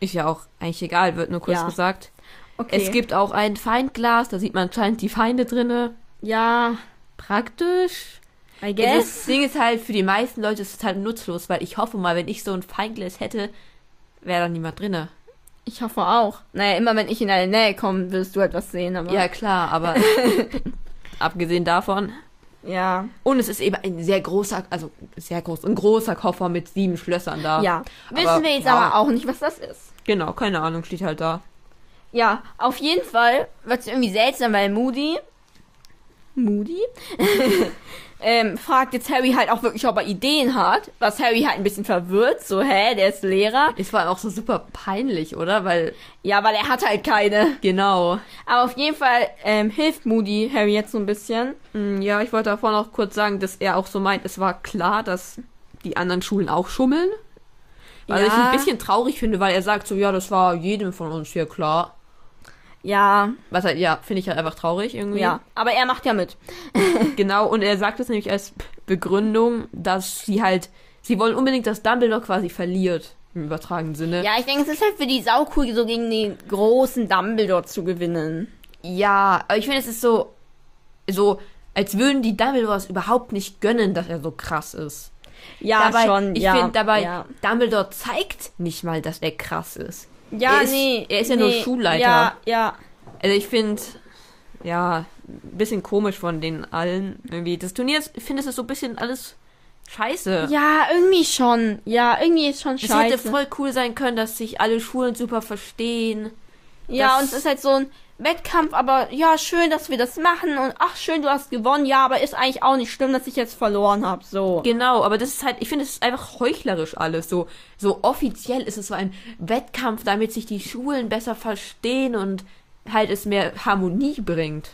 S2: Ist ja auch eigentlich egal, wird nur kurz
S1: Ja.
S2: gesagt.
S1: Okay.
S2: Es gibt auch ein Feindglas, da sieht man anscheinend die Feinde drinne.
S1: ja,
S2: Praktisch.
S1: I
S2: Das Ding ist halt, für die meisten Leute ist es halt nutzlos, weil ich hoffe mal, wenn ich so ein Feindglas hätte, wäre da niemand drinne.
S1: Ich hoffe auch. Naja, immer wenn ich in deine Nähe komme, wirst du etwas sehen, aber.
S2: Ja, klar,
S1: <laughs>
S2: aber abgesehen davon.
S1: Ja.
S2: Und es ist eben ein sehr großer, also sehr groß, ein großer Koffer mit sieben Schlössern da.
S1: ja.
S2: aber-
S1: Wissen wir jetzt
S2: ja.
S1: aber auch nicht, was das ist.
S2: Genau, keine Ahnung, steht halt da.
S1: Ja, auf jeden Fall wird es irgendwie seltsam, weil Moody. <laughs> Moody? ähm, fragt jetzt Harry halt auch wirklich, ob er Ideen hat. Was Harry halt ein bisschen verwirrt, so, hä, der ist Lehrer.
S2: Es war auch so super peinlich, oder? Weil,
S1: Ja, weil er hat halt keine.
S2: genau.
S1: Aber auf jeden Fall ähm, hilft Moody Harry jetzt so ein bisschen.
S2: Mm, Ja, ich wollte davor noch kurz sagen, dass er auch so meint, es war klar, dass die anderen Schulen auch schummeln. Was
S1: Ja.
S2: ich ein bisschen traurig finde, weil er sagt so, ja, das war jedem von uns hier klar.
S1: Ja,
S2: Was halt, ja, finde ich halt einfach traurig irgendwie.
S1: ja. Aber er macht ja mit.
S2: Genau, und er sagt es nämlich als Begründung, dass sie halt, sie wollen unbedingt, dass Dumbledore quasi verliert, im übertragenen Sinne.
S1: Ja, ich denke, es ist halt für die Saukuh so gegen den großen Dumbledore zu gewinnen.
S2: Ja, aber ich finde, es ist so, so, als würden die Dumbledores überhaupt nicht gönnen, dass er so krass ist.
S1: Ja,
S2: dabei,
S1: schon,
S2: ich
S1: ja.
S2: finde dabei,
S1: ja.
S2: Dumbledore zeigt nicht mal, dass er krass ist.
S1: Ja,
S2: er ist-
S1: nee.
S2: er ist ja
S1: nee,
S2: nur Schulleiter.
S1: Ja, ja.
S2: Also ich finde, ja, ein bisschen komisch von den allen irgendwie. Das Turnier, ist- ich finde, es ist so ein bisschen alles scheiße.
S1: Ja, irgendwie schon. Ja, irgendwie ist schon
S2: Es hätte
S1: scheiße.
S2: voll cool sein können, dass sich alle Schulen super verstehen.
S1: Ja,
S2: das-
S1: und es ist halt so ein Wettkampf, aber ja, schön, dass wir das machen und ach, schön, du hast gewonnen. Ja, aber ist eigentlich auch nicht schlimm, dass ich jetzt verloren habe. So.
S2: Genau, aber das ist halt, ich finde, es ist einfach heuchlerisch alles. So, so offiziell ist es so ein Wettkampf, damit sich die Schulen besser verstehen und halt es mehr Harmonie bringt.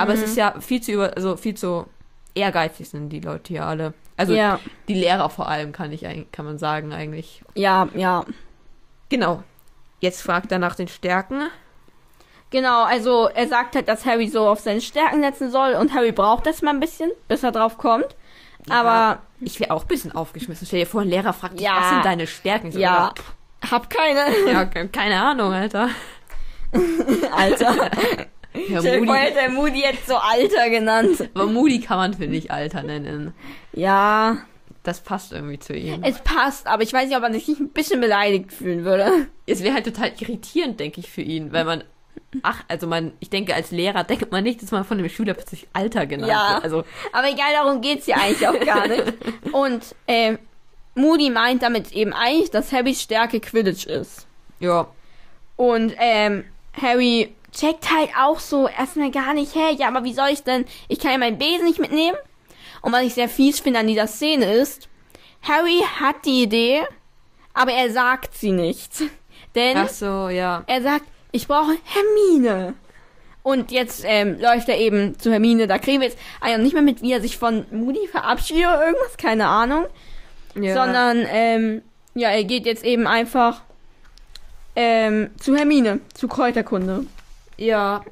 S2: Aber es
S1: Mhm.
S2: ist ja viel zu über, also viel zu ehrgeizig sind die Leute hier alle. Also
S1: Ja.
S2: die Lehrer vor allem kann ich eig- kann man sagen eigentlich.
S1: Ja, ja.
S2: Genau. Jetzt fragt er nach den Stärken.
S1: Genau, also er sagt halt, dass Harry so auf seine Stärken setzen soll und Harry braucht das mal ein bisschen, bis er drauf kommt. Aber
S2: Ich wäre auch ein bisschen aufgeschmissen. Stell dir vor, ein Lehrer fragt dich,
S1: Hm. Ja.
S2: was sind deine Stärken? Ich sag,
S1: Ja. hab keine.
S2: Ja, ke- keine Ahnung,
S1: <laughs>
S2: Alter.
S1: Alter.
S2: Ja,
S1: Moody.
S2: Moody-
S1: der Moody jetzt so Alter genannt.
S2: Aber Moody kann man, finde ich, Alter nennen.
S1: Ja.
S2: Das passt irgendwie zu ihm.
S1: Es passt, aber ich weiß nicht, ob er sich nicht ein bisschen beleidigt fühlen würde.
S2: Es wäre halt total irritierend, denke ich, für ihn, weil man. Ach, also man, ich denke, als Lehrer denkt man nicht, dass man von einem Schüler plötzlich Alter genannt
S1: Ja.
S2: wird. Also,
S1: Aber egal, darum geht's hier eigentlich auch gar nicht. Und ähm, Moody meint damit eben eigentlich, dass Harrys Stärke Quidditch ist.
S2: ja.
S1: Und ähm, Harry checkt halt auch so erstmal gar nicht, hey, ja, aber wie soll ich denn, ich kann ja meinen Besen nicht mitnehmen. Und was ich sehr fies finde an dieser Szene ist, Harry hat die Idee, aber er sagt sie nicht. Denn
S2: Ach so, ja.
S1: er sagt, ich brauche Hermine. Und jetzt ähm, läuft er eben zu Hermine. Da kriegen wir jetzt also nicht mehr mit, wie er sich von Moody verabschiedet oder irgendwas, keine Ahnung.
S2: ja.
S1: Sondern, ähm, ja, er geht jetzt eben einfach ähm, zu Hermine, zu Kräuterkunde.
S2: Ja.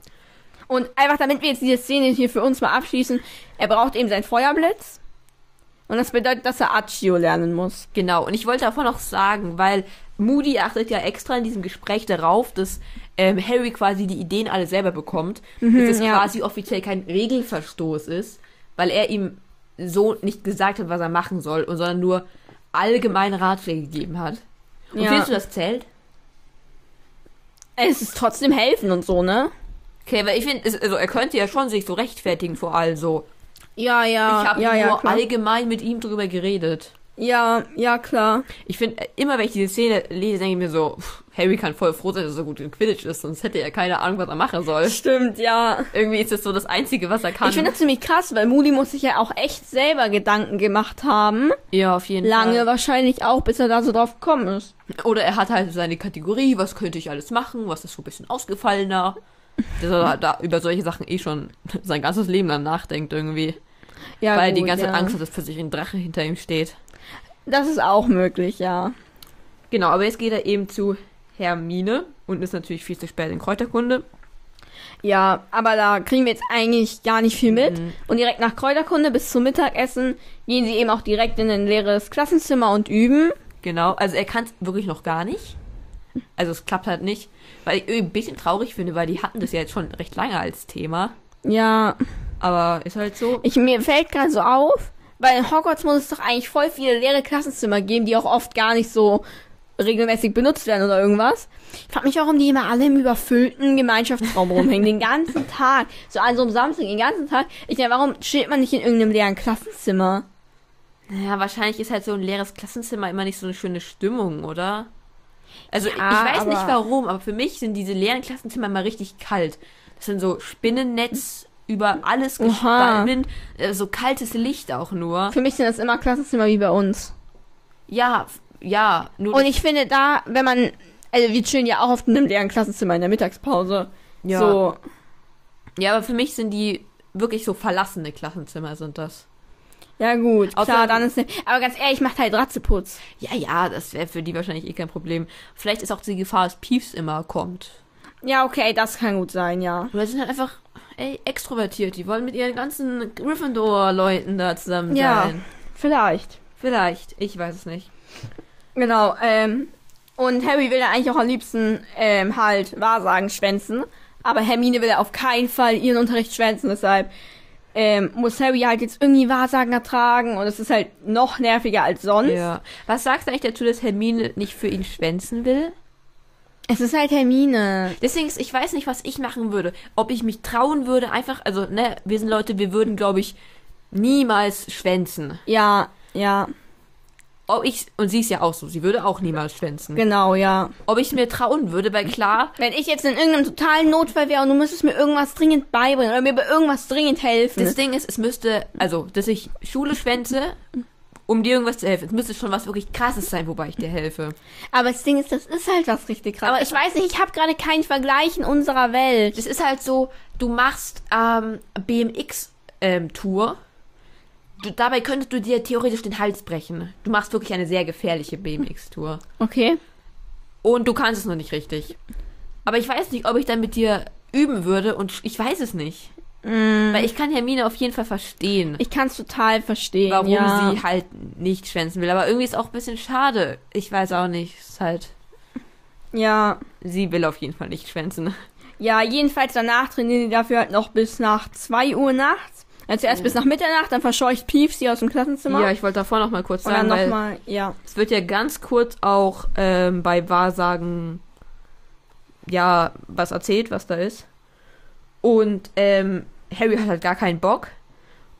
S1: Und einfach, damit wir jetzt diese Szene hier für uns mal abschließen, er braucht eben seinen Feuerblitz. Und das bedeutet, dass er Accio lernen muss.
S2: Genau, und ich wollte davon noch sagen, weil Moody achtet ja extra in diesem Gespräch darauf, dass ähm, Harry quasi die Ideen alle selber bekommt, dass es
S1: Mhm, ja.
S2: quasi offiziell kein Regelverstoß ist, weil er ihm so nicht gesagt hat, was er machen soll, und sondern nur allgemeine Ratschläge gegeben hat. Und
S1: Ja.
S2: findest du, das zählt?
S1: Es ist trotzdem helfen und so, ne?
S2: Okay, weil ich finde, es- also er könnte ja schon sich so rechtfertigen vor allem so.
S1: Ja, ja.
S2: ich habe
S1: ja, ja,
S2: nur
S1: klar.
S2: allgemein mit ihm drüber geredet.
S1: ja, ja, klar.
S2: Ich finde, immer wenn ich diese Szene lese, denke ich mir so, pff, Harry kann voll froh sein, dass er so gut in Quidditch ist, sonst hätte er keine Ahnung, was er machen soll.
S1: Stimmt, ja.
S2: Irgendwie ist das so das Einzige, was er kann.
S1: Ich finde das ziemlich krass, weil Moody muss sich ja auch echt selber Gedanken gemacht haben.
S2: ja, auf jeden
S1: Lange
S2: Fall.
S1: wahrscheinlich auch, bis er da so drauf gekommen ist.
S2: Oder er hat halt seine Kategorie, was könnte ich alles machen, was ist so ein bisschen ausgefallener. Dass er da über solche Sachen eh schon sein ganzes Leben dann nachdenkt irgendwie.
S1: Ja,
S2: weil er die
S1: gut,
S2: ganze
S1: ja.
S2: Zeit Angst hat, dass plötzlich ein Drache hinter ihm steht.
S1: Das ist auch möglich, ja.
S2: Genau, aber jetzt geht er eben zu Hermine und ist natürlich viel zu spät in Kräuterkunde.
S1: Ja, aber da kriegen wir jetzt eigentlich gar nicht viel mit.
S2: Mhm.
S1: Und direkt nach Kräuterkunde bis zum Mittagessen gehen sie eben auch direkt in ein leeres Klassenzimmer und üben.
S2: Genau, also er kann es wirklich noch gar nicht. Also es klappt halt nicht. Weil ich irgendwie ein bisschen traurig finde, weil die hatten das ja jetzt schon recht lange als Thema.
S1: Ja,
S2: Aber ist halt so.
S1: ich, mir fällt gerade so auf, weil in Hogwarts muss es doch eigentlich voll viele leere Klassenzimmer geben, die auch oft gar nicht so regelmäßig benutzt werden oder irgendwas. Ich frag mich, warum die immer alle im überfüllten Gemeinschaftsraum rumhängen, den ganzen Tag. So an so einem Samstag, den ganzen Tag. Ich meine, warum steht man nicht in irgendeinem leeren Klassenzimmer?
S2: Naja, wahrscheinlich ist halt so ein leeres Klassenzimmer immer nicht so eine schöne Stimmung, oder? Also ich-
S1: Ja,
S2: ich weiß nicht
S1: aber-
S2: warum, aber für mich sind diese leeren Klassenzimmer immer richtig kalt. Das sind so Spinnennetz über alles
S1: Oha.
S2: gespannt, äh, so kaltes Licht auch nur.
S1: Für mich sind das immer Klassenzimmer wie bei uns.
S2: Ja, f- ja, nur
S1: Und ich finde da, wenn man, also wir chillen ja auch oft in einem leeren Klassenzimmer in der Mittagspause.
S2: ja.
S1: So,
S2: ja, aber für mich sind die wirklich so verlassene Klassenzimmer sind das.
S1: ja gut,
S2: Außer-
S1: klar, dann ist ne, Aber ganz ehrlich, macht halt Ratzeputz.
S2: Ja, ja, das wäre für die wahrscheinlich eh kein Problem. Vielleicht ist auch die Gefahr, dass Peeves immer kommt.
S1: Ja, okay, das kann gut sein, ja.
S2: Oder sind halt einfach ey, extrovertiert. Die wollen mit ihren ganzen Gryffindor-Leuten da zusammen
S1: Ja.
S2: sein.
S1: Vielleicht.
S2: Vielleicht. Ich weiß es nicht.
S1: Genau, ähm, und Harry will ja eigentlich auch am liebsten, ähm, halt Wahrsagen schwänzen. Aber Hermine will ja auf keinen Fall ihren Unterricht schwänzen, deshalb, ähm, muss Harry halt jetzt irgendwie Wahrsagen ertragen und es ist halt noch nerviger als sonst.
S2: Ja. Was sagst du eigentlich dazu, dass Hermine nicht für ihn schwänzen will?
S1: Es ist halt Hermine.
S2: Deswegen, ist- ich weiß nicht, was ich machen würde. Ob ich mich trauen würde, einfach, also, ne, wir sind Leute, wir würden, glaube ich, niemals schwänzen.
S1: Ja, ja,
S2: Ob ich, und sie ist ja auch so, sie würde auch niemals schwänzen.
S1: genau, ja.
S2: Ob ich es mir trauen würde, weil <laughs> klar,
S1: Wenn ich jetzt in irgendeinem totalen Notfall wäre und du müsstest mir irgendwas dringend beibringen oder mir bei irgendwas dringend helfen.
S2: Das Ding ist, es müsste, also, dass ich Schule schwänze, um dir irgendwas zu helfen. Es müsste schon was wirklich krasses sein, wobei ich dir helfe.
S1: aber das Ding ist, das ist halt was richtig krass.
S2: Aber
S1: Aber ich weiß nicht, ich habe gerade keinen Vergleich in unserer Welt.
S2: Das ist halt so, du machst ähm, BMX-Tour. ähm, Du, dabei könntest du dir theoretisch den Hals brechen. Du machst wirklich eine sehr gefährliche BMX-Tour.
S1: Okay.
S2: Und du kannst es noch nicht richtig. Aber ich weiß nicht, ob ich dann mit dir üben würde und sch- ich weiß es nicht.
S1: Mm.
S2: Weil ich kann Hermine auf jeden Fall verstehen.
S1: Ich kann es total verstehen.
S2: warum
S1: ja.
S2: sie halt nicht schwänzen will. Aber irgendwie ist auch ein bisschen schade. Ich weiß auch nicht. Ist halt,
S1: Ja.
S2: sie will auf jeden Fall nicht schwänzen.
S1: Ja, jedenfalls danach trainieren die dafür halt noch bis nach 2 Uhr nachts. Also erst bis nach Mitternacht, dann verscheucht Pief sie aus dem Klassenzimmer.
S2: Ja, ich wollte davor noch mal kurz
S1: und
S2: sagen,
S1: dann
S2: weil
S1: nochmal, ja.
S2: es wird ja ganz kurz auch ähm, bei Wahrsagen ja was erzählt, was da ist. Und ähm, Harry hat halt gar keinen Bock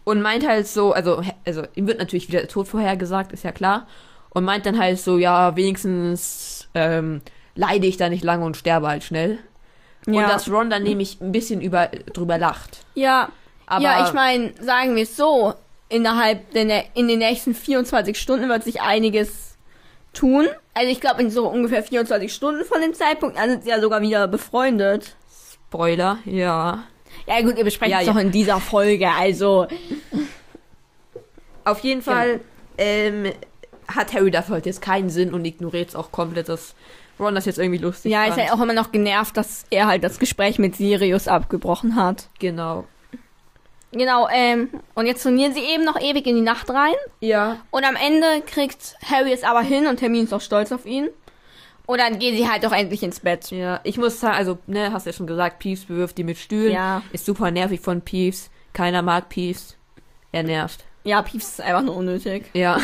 S2: und meint halt so, also, also ihm wird natürlich wieder der Tod vorhergesagt, ist ja klar. Und meint dann halt so, ja, wenigstens ähm, leide ich da nicht lange und sterbe halt schnell.
S1: ja.
S2: Und dass Ron dann nämlich ein bisschen über, drüber lacht.
S1: ja.
S2: Aber
S1: ja, ich meine, sagen wir es so, innerhalb der, nä- in den nächsten 24 Stunden wird sich einiges tun. Also ich glaube, in so ungefähr 24 Stunden von dem Zeitpunkt, dann sind sie ja sogar wieder befreundet.
S2: Spoiler, ja.
S1: Ja gut, ihr besprecht
S2: Ja,
S1: es
S2: ja.
S1: doch in dieser Folge, also.
S2: Auf jeden
S1: Genau.
S2: Fall ähm, hat Harry dafür halt jetzt keinen Sinn und ignoriert es auch komplett, dass Ron das jetzt irgendwie lustig
S1: Ja, ist
S2: fand.
S1: ja auch immer noch genervt, dass er halt das Gespräch mit Sirius abgebrochen hat.
S2: Genau.
S1: Genau, ähm, und jetzt turnieren sie eben noch ewig in die Nacht rein.
S2: Ja.
S1: Und am Ende kriegt Harry es aber hin und Hermine ist auch stolz auf ihn. Und dann gehen sie halt doch endlich ins Bett.
S2: Ja, ich muss sagen, also, ne, hast ja schon gesagt, Peeves bewirft die mit Stühlen.
S1: Ja.
S2: Ist super nervig von Peeves. Keiner mag Peeves. Er nervt.
S1: Ja, Pieps ist einfach nur unnötig.
S2: Ja.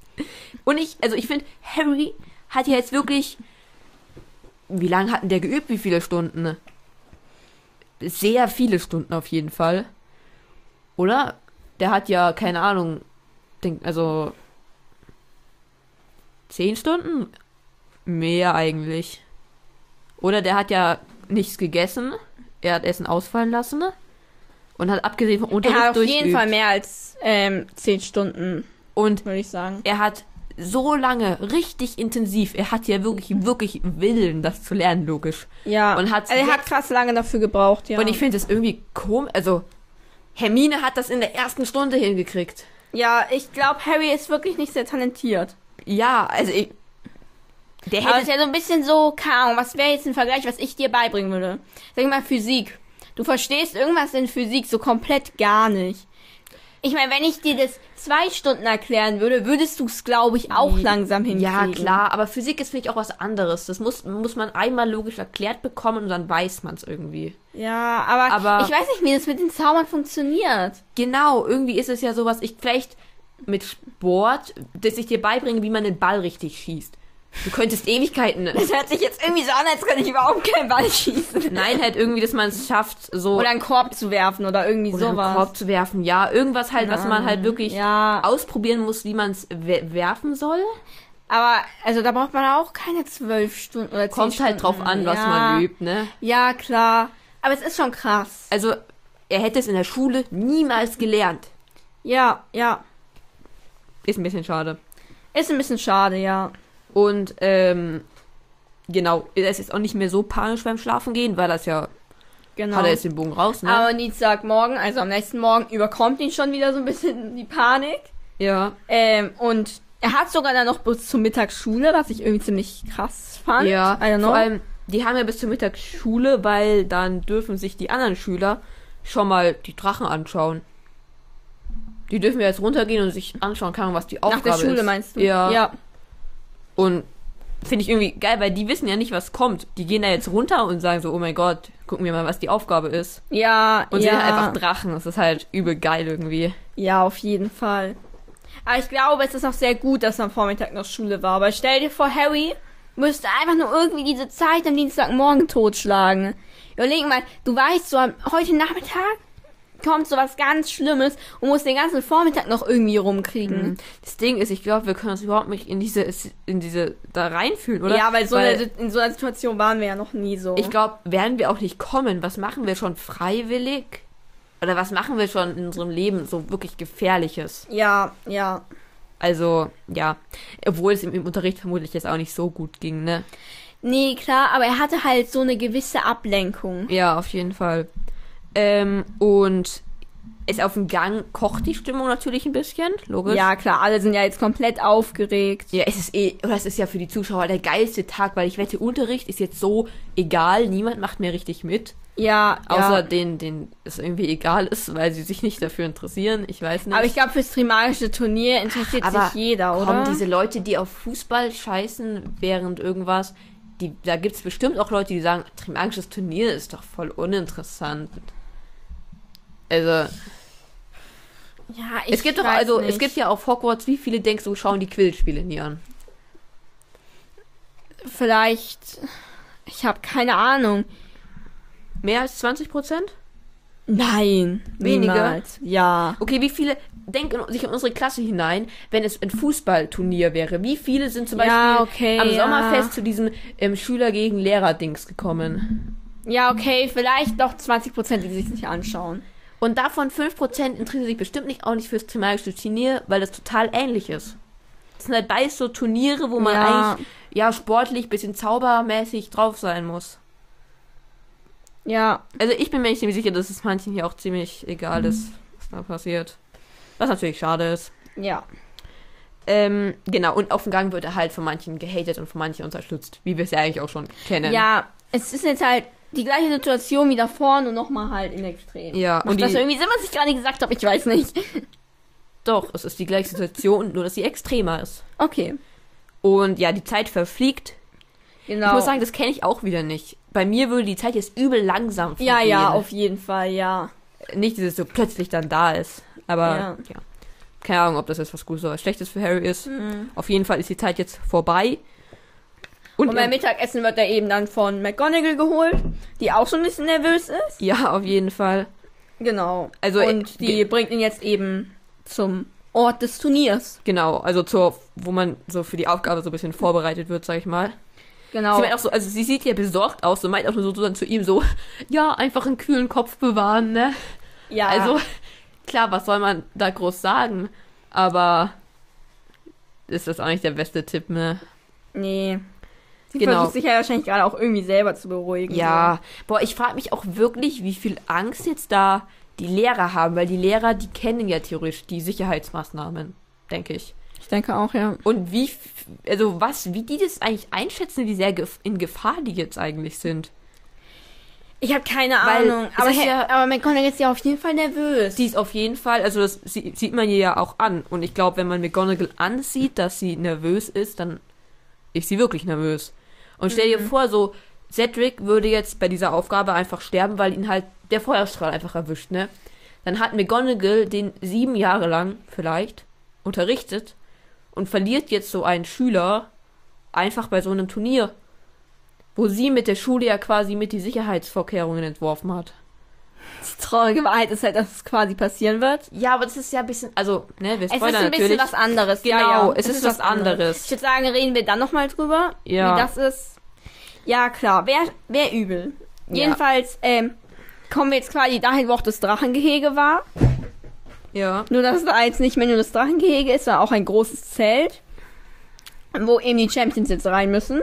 S2: <laughs> Und ich, also ich finde, Harry hat ja jetzt wirklich. Wie lange hat denn der geübt? Wie viele Stunden? ne? Sehr viele Stunden auf jeden Fall. Oder? Der hat ja, keine Ahnung, denk, also. Zehn Stunden? Mehr eigentlich. Oder der hat ja nichts gegessen. Er hat Essen ausfallen lassen. Und hat abgesehen vom
S1: Er
S2: Unterricht
S1: hat auf jeden
S2: durchgeübt.
S1: Fall mehr als ähm, 10 Stunden,
S2: Und
S1: würde ich sagen.
S2: er hat so lange, richtig intensiv, er hat ja wirklich, wirklich Willen, das zu lernen, logisch.
S1: Ja.
S2: Und hat's
S1: also, er
S2: jetzt-
S1: hat krass lange dafür gebraucht, ja.
S2: Und ich finde das irgendwie komisch, also Hermine hat das in der ersten Stunde hingekriegt.
S1: ja, ich glaube, Harry ist wirklich nicht sehr talentiert.
S2: Ja, also ich, der
S1: Aber es
S2: hätte,
S1: ist ja so ein bisschen so, keine Ahnung, was wäre jetzt ein Vergleich, was ich dir beibringen würde? Sag ich mal Physik. Du verstehst irgendwas in Physik so komplett gar nicht. Ich meine, wenn ich dir das zwei Stunden erklären würde, würdest du es, glaube ich, auch langsam
S2: ja
S1: hinkriegen.
S2: klar, aber Physik ist finde ich auch was anderes. Das muss, muss man einmal logisch erklärt bekommen und dann weiß man es irgendwie.
S1: Ja, aber,
S2: Aber-
S1: ich weiß nicht, wie das mit den Zaubern funktioniert.
S2: Genau, irgendwie ist es ja sowas, ich vielleicht mit Sport, dass ich dir beibringe, wie man den Ball richtig schießt. Du könntest Ewigkeiten äh, <laughs>
S1: Das hört sich jetzt irgendwie so an, als könnte ich überhaupt keinen Ball schießen.
S2: Nein, halt irgendwie, dass man es schafft, so
S1: Oder einen Korb zu werfen oder irgendwie
S2: oder einen
S1: sowas.
S2: Korb zu werfen. Ja, irgendwas halt, was man halt wirklich
S1: Ja,
S2: ausprobieren muss, wie man es we werfen soll.
S1: aber also da braucht man auch keine zwölf Stunden oder zehn
S2: Kommt
S1: Stunden.
S2: halt drauf an, was
S1: ja.
S2: man übt, ne?
S1: Ja, klar. Aber es ist schon krass.
S2: Also, er hätte es in der Schule niemals gelernt.
S1: Ja, ja.
S2: Ist ein bisschen schade.
S1: Ist ein bisschen schade, ja.
S2: Und, ähm, genau, er ist jetzt auch nicht mehr so panisch beim Schlafen gehen, weil das ja,
S1: Genau.
S2: hat er jetzt den Bogen raus, ne?
S1: Aber Dienstagmorgen, also am nächsten Morgen, überkommt ihn schon wieder so ein bisschen die Panik.
S2: ja,
S1: Ähm, und er hat sogar dann noch bis zur Mittagsschule, was ich irgendwie ziemlich krass fand.
S2: ja.
S1: I don't know.
S2: Vor allem, die haben ja bis zur Mittagsschule, weil dann dürfen sich die anderen Schüler schon mal die Drachen anschauen. Die dürfen ja jetzt runtergehen und sich anschauen, kann, was die
S1: Nach
S2: Aufgabe
S1: der Schule
S2: ist.
S1: meinst du?
S2: Ja.
S1: ja.
S2: Und finde ich irgendwie geil, weil die wissen ja nicht, was kommt. Die gehen da jetzt runter und sagen so, oh mein Gott, gucken wir mal, was die Aufgabe ist.
S1: Ja,
S2: Und
S1: ja.
S2: sehen halt einfach Drachen. Das ist halt übel geil irgendwie.
S1: Ja, auf jeden Fall. Aber ich glaube, es ist noch sehr gut, dass er am Vormittag noch Schule war. Aber stell dir vor, Harry müsste einfach nur irgendwie diese Zeit am Dienstagmorgen totschlagen. Überleg mal, du weißt so, am- heute Nachmittag kommt so was ganz Schlimmes und musst den ganzen Vormittag noch irgendwie rumkriegen.
S2: Das Ding ist, ich glaube, wir können uns überhaupt nicht in diese, in diese, da reinfühlen, oder?
S1: Ja, weil, so eine, in so einer Situation waren wir ja noch nie so.
S2: Ich glaube, werden wir auch nicht kommen. Was machen wir schon freiwillig? Oder was machen wir schon in unserem Leben so wirklich Gefährliches?
S1: ja, ja.
S2: Also, ja. Obwohl es im, im Unterricht vermutlich jetzt auch nicht so gut ging, ne?
S1: Nee, klar, aber er hatte halt so eine gewisse Ablenkung.
S2: Ja, auf jeden Fall. Ähm, und es auf dem Gang kocht die Stimmung natürlich ein bisschen, logisch.
S1: Ja, klar, alle sind ja jetzt komplett aufgeregt.
S2: Ja, es ist eh, oder es ist ja für die Zuschauer der geilste Tag, weil ich wette, Unterricht ist jetzt so egal, niemand macht mehr richtig mit.
S1: Ja,
S2: Außer
S1: ja.
S2: denen, denen es irgendwie egal ist, weil sie sich nicht dafür interessieren. Ich weiß nicht.
S1: Aber ich glaube, fürs Trimagische Turnier interessiert
S2: Aber
S1: sich jeder, oder?
S2: Kommen diese Leute, die auf Fußball scheißen während irgendwas, die, da gibt's bestimmt auch Leute, die sagen, Trimagisches Turnier ist doch voll uninteressant. Also,
S1: ja, ich
S2: es gibt doch,
S1: weiß
S2: also,
S1: nicht.
S2: es gibt ja auf Hogwarts, wie viele denkst du, schauen die Quill-Spiele nie an?
S1: vielleicht. Ich habe keine Ahnung.
S2: Mehr als 20 Prozent?
S1: Nein,
S2: Weniger?
S1: niemals. Ja.
S2: Okay, wie viele, denk in, sich in unsere Klasse hinein, wenn es ein Fußballturnier wäre. Wie viele sind zum Beispiel
S1: Ja, okay,
S2: am
S1: ja.
S2: Sommerfest zu diesem ähm, Schüler gegen Lehrer-Dings gekommen?
S1: Ja, okay, vielleicht doch 20 Prozent, die sich nicht anschauen.
S2: Und davon 5% interessieren sich bestimmt nicht auch nicht fürs thematische Turnier, weil das total ähnlich ist. Das sind halt beides so Turniere, wo man
S1: Ja.
S2: eigentlich ja sportlich, bisschen zaubermäßig drauf sein muss.
S1: Ja,
S2: Also ich bin mir nicht ziemlich sicher, dass es manchen hier auch ziemlich egal
S1: Mhm.
S2: ist, was da passiert. Was natürlich schade ist.
S1: ja.
S2: Ähm, genau, und auf dem Gang wird er halt von manchen gehatet und von manchen unterstützt, wie wir es ja eigentlich auch schon kennen.
S1: Ja, es ist jetzt halt die gleiche Situation wie davor, nur nochmal halt in Extrem.
S2: Ja,
S1: Macht
S2: und
S1: das
S2: die-
S1: irgendwie Sinn, was ich gerade gesagt habe? Ich weiß nicht.
S2: Doch, es ist die gleiche Situation, nur dass sie extremer ist.
S1: Okay,
S2: Und ja, die Zeit verfliegt,
S1: genau.
S2: Ich muss sagen, das kenne ich auch wieder nicht. Bei mir würde die Zeit jetzt übel langsam
S1: ja, ja,
S2: vergehen.
S1: auf jeden Fall, ja.
S2: Nicht, dass es so plötzlich dann da ist. Aber
S1: Ja.
S2: ja. Keine Ahnung, ob das jetzt was Gutes oder was Schlechtes für Harry ist. Auf jeden Fall ist die Zeit jetzt vorbei. Und,
S1: Und beim Mittagessen wird er eben dann von McGonagall geholt, die auch schon ein bisschen nervös ist.
S2: ja, auf jeden Fall.
S1: Genau.
S2: Also,
S1: Und
S2: äh,
S1: die
S2: ge-
S1: bringt ihn jetzt eben zum Ort des Turniers.
S2: Genau, also zur, wo man so für die Aufgabe so ein bisschen vorbereitet wird, sag ich mal.
S1: Genau.
S2: Sie meint auch so, also sie sieht ja besorgt aus und meint auch nur so dann zu ihm so, <laughs> ja, einfach einen kühlen Kopf bewahren, ne?
S1: ja.
S2: Also, klar, was soll man da groß sagen? Aber ist das auch nicht der beste Tipp, ne?
S1: Nee. Sie
S2: Genau.
S1: versucht sich ja wahrscheinlich gerade auch irgendwie selber zu beruhigen.
S2: Ja, Also, boah, ich frage mich auch wirklich, wie viel Angst jetzt da die Lehrer haben, weil die Lehrer, die kennen ja theoretisch die Sicherheitsmaßnahmen, denke ich.
S1: Ich denke auch, ja.
S2: Und wie, f- also was, wie die das eigentlich einschätzen, wie sehr gef in Gefahr die jetzt eigentlich sind.
S1: Ich habe keine
S2: Weil
S1: Ahnung.
S2: es
S1: Aber,
S2: ist
S1: Herr-
S2: ja-
S1: aber McGonagall ist ja auf jeden Fall nervös.
S2: Die ist auf jeden Fall, also das sie- sieht man ihr ja auch an. Und ich glaube, wenn man McGonagall ansieht, dass sie nervös ist, dann ist sie wirklich nervös. Und stell
S1: Mhm.
S2: dir vor, so, Cedric würde jetzt bei dieser Aufgabe einfach sterben, weil ihn halt der Feuerstrahl einfach erwischt, ne? Dann hat McGonagall den sieben Jahre lang vielleicht unterrichtet und verliert jetzt so einen Schüler einfach bei so einem Turnier, wo sie mit der Schule ja quasi mit die Sicherheitsvorkehrungen entworfen hat.
S1: die traurige Wahrheit ist halt, dass es quasi passieren wird.
S2: Ja, aber das ist ja ein bisschen, also, ne, wir
S1: Es ist
S2: spoilern
S1: ein bisschen
S2: natürlich.
S1: was anderes.
S2: Genau, es ist was anderes.
S1: Ich würde sagen, reden wir dann nochmal drüber,
S2: Ja.
S1: wie das ist. Ja, klar, wer, wer übel.
S2: Ja.
S1: Jedenfalls ähm, kommen wir jetzt quasi dahin, wo auch das Drachengehege war.
S2: ja.
S1: Nur, dass da jetzt nicht mehr nur das Drachengehege ist, sondern auch ein großes Zelt, wo eben die Champions jetzt rein müssen.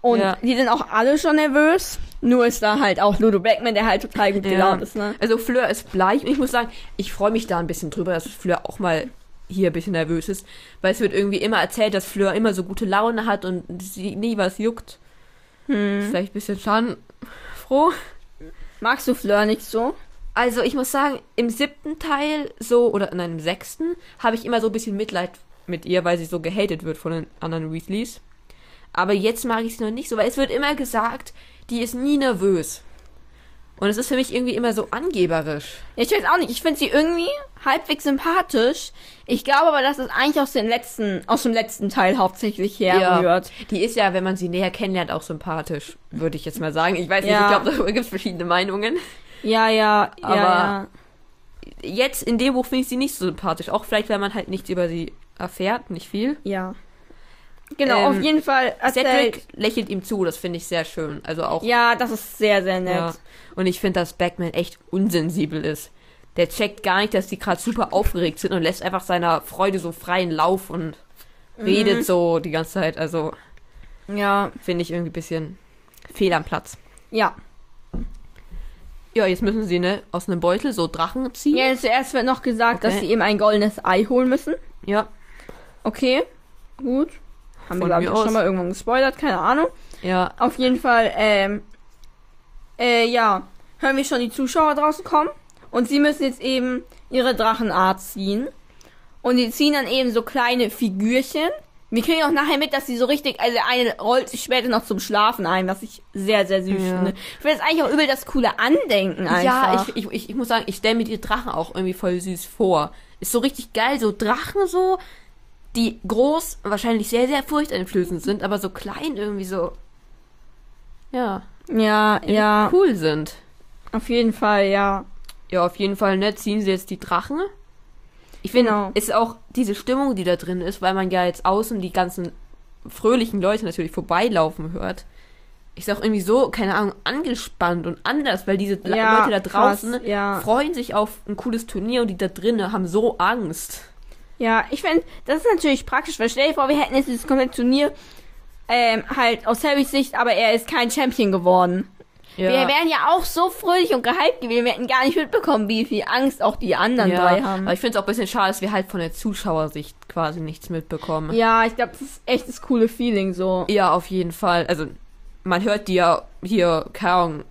S1: Und
S2: Ja.
S1: die sind auch alle schon nervös. Nur ist da halt auch Ludo Beckman, der halt total gut
S2: Ja.
S1: gelaunt ist, ne?
S2: Also Fleur ist bleich und ich muss sagen, ich freue mich da ein bisschen drüber, dass Fleur auch mal hier ein bisschen nervös ist, weil es wird irgendwie immer erzählt, dass Fleur immer so gute Laune hat und sie nie was juckt.
S1: Mhm.
S2: Ist vielleicht ein bisschen schadenfroh.
S1: Magst du Fleur nicht so?
S2: Also ich muss sagen, im siebten Teil so, oder nein, im sechsten, habe ich immer so ein bisschen Mitleid mit ihr, weil sie so gehatet wird von den anderen Weasleys. Aber jetzt mag ich sie noch nicht so, weil es wird immer gesagt, die ist nie nervös. Und es ist für mich irgendwie immer so angeberisch.
S1: Ich weiß auch nicht. Ich finde sie irgendwie halbwegs sympathisch. Ich glaube aber, dass es eigentlich aus dem letzten, aus dem letzten Teil hauptsächlich herrührt.
S2: Die ist ja, wenn man sie näher kennenlernt, auch sympathisch, würde ich jetzt mal sagen. Ich weiß nicht,
S1: Ja.
S2: ich <laughs> glaube, darüber gibt es verschiedene Meinungen.
S1: Ja, ja, ja,
S2: Aber-
S1: ja.
S2: Jetzt in dem Buch finde ich sie nicht so sympathisch. Auch vielleicht, weil man halt nichts über sie erfährt, nicht viel.
S1: ja. Genau,
S2: Ähm,
S1: auf jeden Fall erzählt.
S2: Cedric lächelt ihm zu, das finde ich sehr schön. Also auch
S1: Ja, das ist sehr, sehr nett.
S2: Ja. Und ich finde, dass Batman echt unsensibel ist. Der checkt gar nicht, dass die gerade super aufgeregt sind und lässt einfach seiner Freude so freien Lauf und redet so die ganze Zeit. Also
S1: Mhm. Ja,
S2: finde ich irgendwie ein bisschen fehl am Platz.
S1: ja.
S2: Ja, jetzt müssen sie ne, aus einem Beutel so Drachen ziehen.
S1: Ja, zuerst wird noch gesagt, dass
S2: Okay.
S1: sie eben ein goldenes Ei holen müssen.
S2: Ja,
S1: Okay, gut. Haben wir,
S2: Von
S1: glaube ich,
S2: mir
S1: auch schon
S2: aus.
S1: mal irgendwann gespoilert, keine Ahnung.
S2: ja.
S1: Auf jeden Fall, ähm, äh, ja, hören wir schon die Zuschauer draußen kommen. Und sie müssen jetzt eben ihre Drachenart ziehen. Und die ziehen dann eben so kleine Figürchen. Wir kriegen auch nachher mit, dass sie so richtig, also eine rollt sich später noch zum Schlafen ein, was ich sehr, sehr süß
S2: Ja.
S1: finde. Ich finde das eigentlich auch übel das coole Andenken einfach.
S2: Ja, ich, ich, ich, ich muss sagen, ich stelle mir die Drachen auch irgendwie voll süß vor. Ist so richtig geil, so Drachen so, die groß, wahrscheinlich sehr, sehr furchteinflößend sind, aber so klein irgendwie so. Ja,
S1: ja, ja,
S2: cool sind.
S1: auf jeden Fall, ja.
S2: Ja, auf jeden Fall, ne? Ziehen sie jetzt die Drachen. Ich finde,
S1: Genau.
S2: ist auch diese Stimmung, die da drin ist, weil man ja jetzt außen die ganzen fröhlichen Leute natürlich vorbeilaufen hört. Ist auch irgendwie so, keine Ahnung, angespannt und anders, weil diese La-
S1: Ja,
S2: Leute da draußen
S1: krass, ja.
S2: freuen sich auf ein cooles Turnier und die da drinnen haben so Angst.
S1: Ja, ich finde, das ist natürlich praktisch, weil stell dir vor, wir hätten jetzt dieses komplette Turnier ähm, halt aus Harrys Sicht, aber er ist kein Champion geworden. Wir wären ja auch so fröhlich und gehypt gewesen, wir hätten gar nicht mitbekommen, wie viel Angst auch die anderen drei
S2: ja.
S1: haben.
S2: Aber ich finde es auch ein bisschen schade, dass wir halt von der Zuschauersicht quasi nichts mitbekommen.
S1: Ja, ich glaube, das ist echt das coole Feeling so.
S2: Ja, auf jeden Fall. Also, man hört die ja hier, keine Ahnung,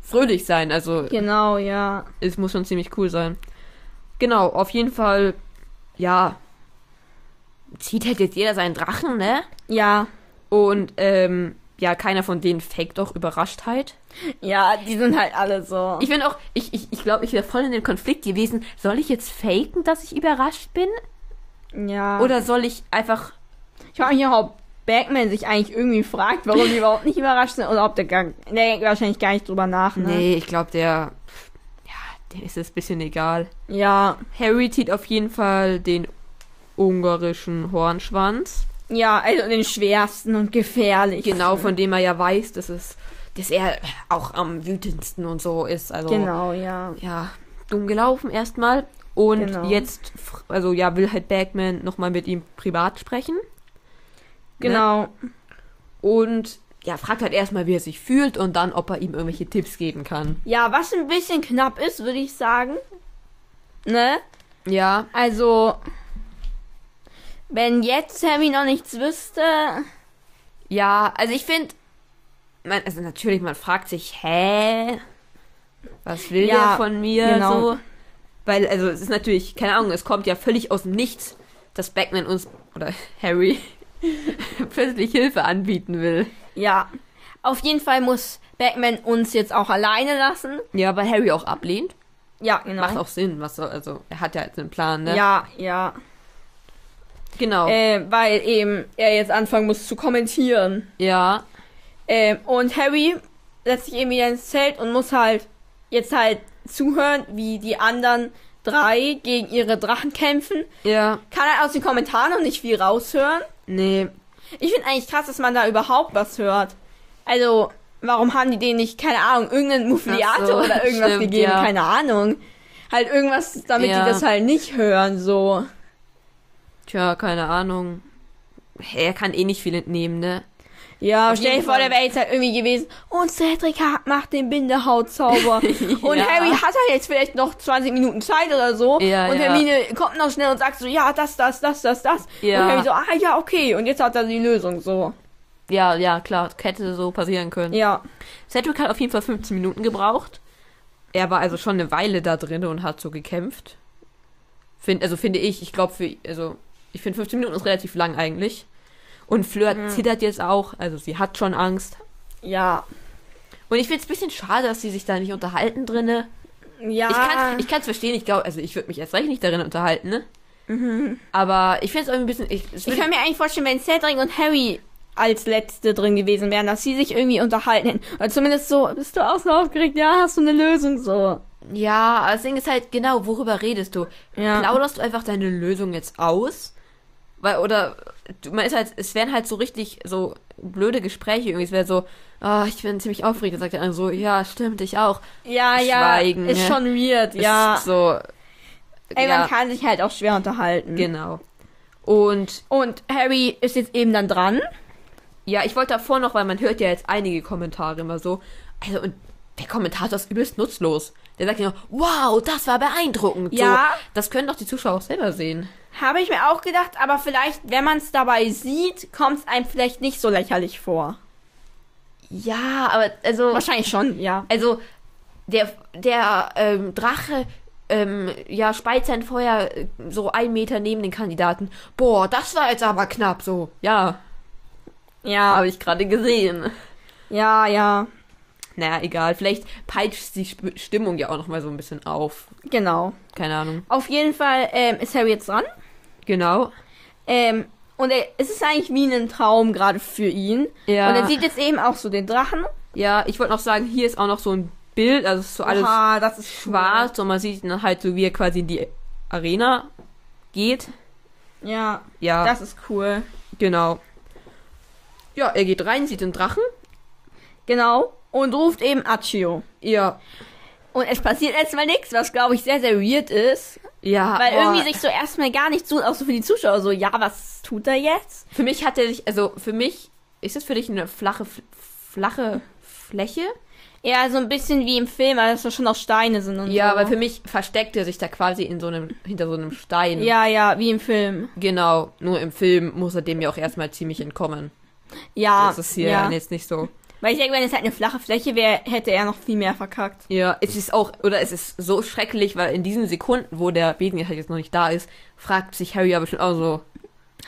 S2: fröhlich sein. Also,
S1: Genau, ja.
S2: es muss schon ziemlich cool sein. Genau, auf jeden Fall, ja. Zieht halt jetzt jeder seinen Drachen, ne?
S1: Ja,
S2: Und, ähm, ja, keiner von denen faked auch Überraschtheit.
S1: Ja, die sind halt alle so.
S2: Ich bin auch, ich glaube, ich, ich, glaub, ich wäre voll in dem Konflikt gewesen. Soll ich jetzt faken, dass ich überrascht bin?
S1: ja. Oder
S2: Oder soll ich einfach.
S1: ich frage mich auch, ob Batman sich eigentlich irgendwie fragt, warum die überhaupt nicht überrascht sind oder ob der gar, der denkt wahrscheinlich gar nicht drüber nach. Ne?
S2: Nee, ich glaube, der. Ja, dem ist es ein bisschen egal.
S1: Ja,
S2: Harry zieht auf jeden Fall den ungarischen Hornschwanz.
S1: ja, also den schwersten und gefährlichsten.
S2: Genau, von dem er ja weiß, dass es. Dass er auch am wütendsten und so ist. Also,
S1: Genau, ja.
S2: ja, dumm gelaufen erstmal. Und
S1: Genau.
S2: jetzt, fr- also ja, will halt Bagman nochmal mit ihm privat sprechen.
S1: Genau.
S2: Und ja, fragt halt erstmal, wie er sich fühlt und dann, ob er ihm irgendwelche Tipps geben kann.
S1: Ja, was ein bisschen knapp ist, würde ich sagen. Ne?
S2: Ja,
S1: Also, wenn jetzt Harry noch nichts wüsste,
S2: ja, also ich finde, man, also natürlich, man fragt sich, hä? Was will
S1: Ja,
S2: der von mir
S1: genau.
S2: so? Weil, also es ist natürlich, keine Ahnung, es kommt ja völlig aus dem Nichts, dass Bagman uns, oder <laughs> Harry, plötzlich Hilfe anbieten will.
S1: ja. Auf jeden Fall muss Batman uns jetzt auch alleine lassen.
S2: Ja, weil Harry auch ablehnt.
S1: Ja, genau.
S2: Macht auch Sinn, was soll, also er hat ja jetzt einen Plan, ne?
S1: Ja, ja.
S2: Genau.
S1: Äh, weil eben er jetzt anfangen muss zu kommentieren.
S2: ja.
S1: Ähm, und Harry setzt sich eben wieder ins Zelt und muss halt jetzt halt zuhören, wie die anderen drei gegen ihre Drachen kämpfen.
S2: Ja.
S1: Kann halt aus den Kommentaren noch nicht viel raushören.
S2: Nee.
S1: Ich finde eigentlich krass, dass man da überhaupt was hört. Also, warum haben die denen nicht, keine Ahnung, irgendeinen Muffliate
S2: Ach so,
S1: oder irgendwas
S2: stimmt,
S1: gegeben?
S2: ja.
S1: Keine Ahnung. Halt irgendwas, damit
S2: Ja.
S1: die das halt nicht hören, so.
S2: Tja, keine Ahnung. Er kann eh nicht viel entnehmen, ne?
S1: Ja,
S2: Auf
S1: stell dir
S2: jeden
S1: vor,
S2: Fall.
S1: der wäre jetzt halt irgendwie gewesen. Und Cedric hat- macht den
S2: <laughs>
S1: Bindehautzauber. Und
S2: Ja.
S1: Harry hat halt jetzt vielleicht noch 20 Minuten Zeit oder so.
S2: Ja,
S1: und
S2: ja.
S1: Hermine kommt noch schnell und sagt so, ja, das, das, das, das, das.
S2: Ja.
S1: Und Harry so, ah ja, okay. Und jetzt hat er die Lösung, so.
S2: Ja, ja, klar, hätte so passieren können.
S1: Ja.
S2: Cedric hat auf jeden Fall 15 Minuten gebraucht. Er war also schon eine Weile da drin und hat so gekämpft. Find, also finde ich, ich glaube für, also ich finde 15 Minuten ist relativ lang eigentlich. Und Fleur zittert jetzt auch, also sie hat schon Angst.
S1: Ja.
S2: Und ich finde es ein bisschen schade, dass sie sich da nicht unterhalten drinne.
S1: Ja.
S2: Ich kann ich kann's verstehen, ich glaube, also ich würde mich erst recht nicht darin unterhalten, ne? Aber ich finde es irgendwie ein bisschen. Ich, es
S1: Ich
S2: würd-
S1: kann mir eigentlich vorstellen, wenn Cedric und Harry als letzte drin gewesen wären, dass sie sich irgendwie unterhalten hätten. Oder zumindest so, bist du auch so aufgeregt? Ja, hast du eine Lösung? So.
S2: ja, aber das Ding ist halt, genau, worüber redest du?
S1: Ja.
S2: Plauderst du einfach deine Lösung jetzt aus? Weil, oder du- man ist halt, es wären halt so richtig so blöde Gespräche irgendwie. Es wäre so, ah, ich bin ziemlich aufgeregt, dann sagt der andere so, ja, stimmt, ich auch.
S1: Ja, ja.
S2: Schweigen,
S1: ist
S2: ne?
S1: schon weird, ja.
S2: Es ist so.
S1: Ey,
S2: ja,
S1: man kann sich halt auch schwer unterhalten.
S2: genau. Und
S1: Und Harry ist jetzt eben dann dran.
S2: Ja, ich wollte davor noch, weil man hört ja jetzt einige Kommentare immer so. Also, und der Kommentator ist übelst nutzlos. Der sagt ja noch, wow, das war beeindruckend.
S1: Ja.
S2: So, das können doch die Zuschauer auch selber sehen.
S1: Habe ich mir auch gedacht, aber vielleicht, wenn man es dabei sieht, kommt es einem vielleicht nicht so lächerlich vor.
S2: Ja, aber also,
S1: Wahrscheinlich schon, ja.
S2: also der, der ähm, Drache ähm, ja, speit sein Feuer äh, so einen Meter neben den Kandidaten. Boah, das war jetzt aber knapp so. Ja,
S1: Ja,
S2: habe ich gerade gesehen.
S1: ja, ja.
S2: Naja, egal. Vielleicht peitscht die Sp- Stimmung ja auch nochmal so ein bisschen auf.
S1: Genau.
S2: Keine Ahnung.
S1: Auf jeden Fall ähm, ist Harry jetzt dran.
S2: Genau.
S1: Ähm, und er, es ist eigentlich wie ein Traum gerade für ihn.
S2: Ja.
S1: Und er sieht jetzt eben auch so den Drachen.
S2: Ja, ich wollte noch sagen, hier ist auch noch so ein Bild, also es ist so alles
S1: Oha, das ist
S2: schwarz und man sieht dann halt so, wie er quasi in die Arena geht.
S1: cool. Ja,
S2: Ja,
S1: das ist cool.
S2: genau. Ja, er geht rein, sieht den Drachen.
S1: Genau. Und ruft eben Accio.
S2: Ja.
S1: Und es passiert erstmal nichts, was glaube ich sehr, sehr weird ist.
S2: Ja,
S1: Weil
S2: boah.
S1: irgendwie sich so erstmal gar nichts tut, auch so für die Zuschauer so, ja, was tut er jetzt?
S2: Für mich hat er sich, also für mich, ist das für dich eine flache, F- flache Fläche?
S1: Ja, so ein bisschen wie im Film, weil das ja schon noch Steine sind und
S2: Ja,
S1: so.
S2: weil für mich versteckt er sich da quasi in so einem, hinter so einem Stein.
S1: Ja, ja, wie im Film.
S2: Genau, nur im Film muss er dem ja auch erstmal ziemlich entkommen.
S1: Ja.
S2: das ist hier
S1: Ah, ja.
S2: jetzt nicht so.
S1: Weil ich denke, wenn es halt eine flache Fläche wäre, hätte er noch viel mehr verkackt.
S2: Ja, es ist auch, oder es ist so schrecklich, weil in diesen Sekunden, wo der Beten halt jetzt noch nicht da ist, fragt sich Harry ja bestimmt auch so,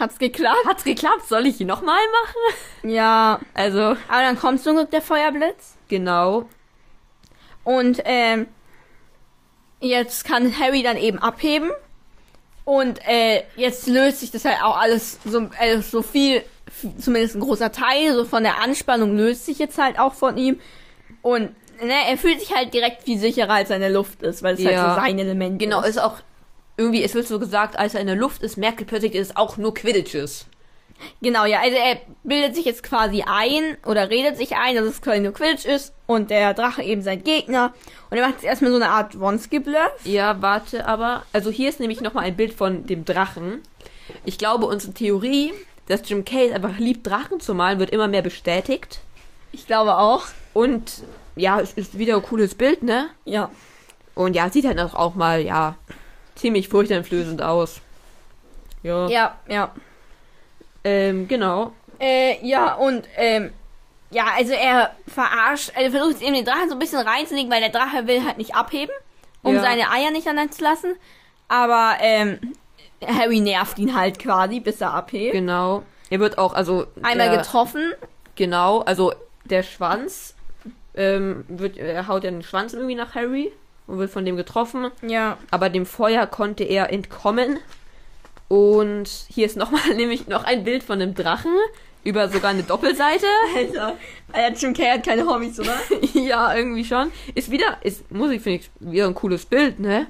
S1: Hat's geklappt?
S2: Hat's geklappt? Soll ich ihn nochmal machen?
S1: Ja.
S2: Also,
S1: Aber dann kommt zum Glück der Feuerblitz.
S2: genau.
S1: Und ähm, jetzt kann Harry dann eben abheben. Und äh, jetzt löst sich das halt auch alles so, also so viel, f- zumindest ein großer Teil so von der Anspannung löst sich jetzt halt auch von ihm. Und ne, er fühlt sich halt direkt viel sicherer, als er in der Luft ist, weil es
S2: Ja.
S1: halt so sein Element
S2: Genau,
S1: ist.
S2: ist auch irgendwie, es wird so gesagt, als er in der Luft ist, merkt er plötzlich, dass es auch nur Quidditch ist.
S1: Genau, ja, also er bildet sich jetzt quasi ein oder redet sich ein, dass es Köln nur Quidditch ist und der Drache eben sein Gegner. Und er macht jetzt erstmal so eine Art Wonski-Bluff.
S2: Ja, warte, aber. Also hier ist nämlich nochmal ein Bild von dem Drachen. Ich glaube, unsere Theorie, dass Jim Cale einfach liebt, Drachen zu malen, wird immer mehr bestätigt.
S1: Ich glaube auch.
S2: Und ja, es ist wieder ein cooles Bild, ne?
S1: Ja.
S2: Und ja, sieht halt auch- auch mal, ja, ziemlich furchteinflößend aus. Ja.
S1: Ja, ja.
S2: Ähm, genau.
S1: Äh, ja, und, ähm, ja, also er verarscht, also versucht jetzt eben den Drachen so ein bisschen reinzulegen, weil der Drache will halt nicht abheben, um
S2: Ja.
S1: seine Eier nicht an zu lassen. Aber, ähm, Harry nervt ihn halt quasi, bis er abhebt.
S2: Genau. Er wird auch, also.
S1: Einmal
S2: der,
S1: getroffen.
S2: Genau, also der Schwanz. Ähm, wird, er haut ja den Schwanz irgendwie nach Harry und wird von dem getroffen.
S1: Ja.
S2: Aber dem Feuer konnte er entkommen. Und hier ist nochmal <laughs> nämlich noch ein Bild von einem Drachen. Über sogar eine Doppelseite. <laughs>
S1: Alter, Alter, Jim Carrey hat keine Hobbys, <laughs> oder?
S2: ja, irgendwie schon. Ist wieder, ist, muss ich, finde ich, wieder ein cooles Bild, ne?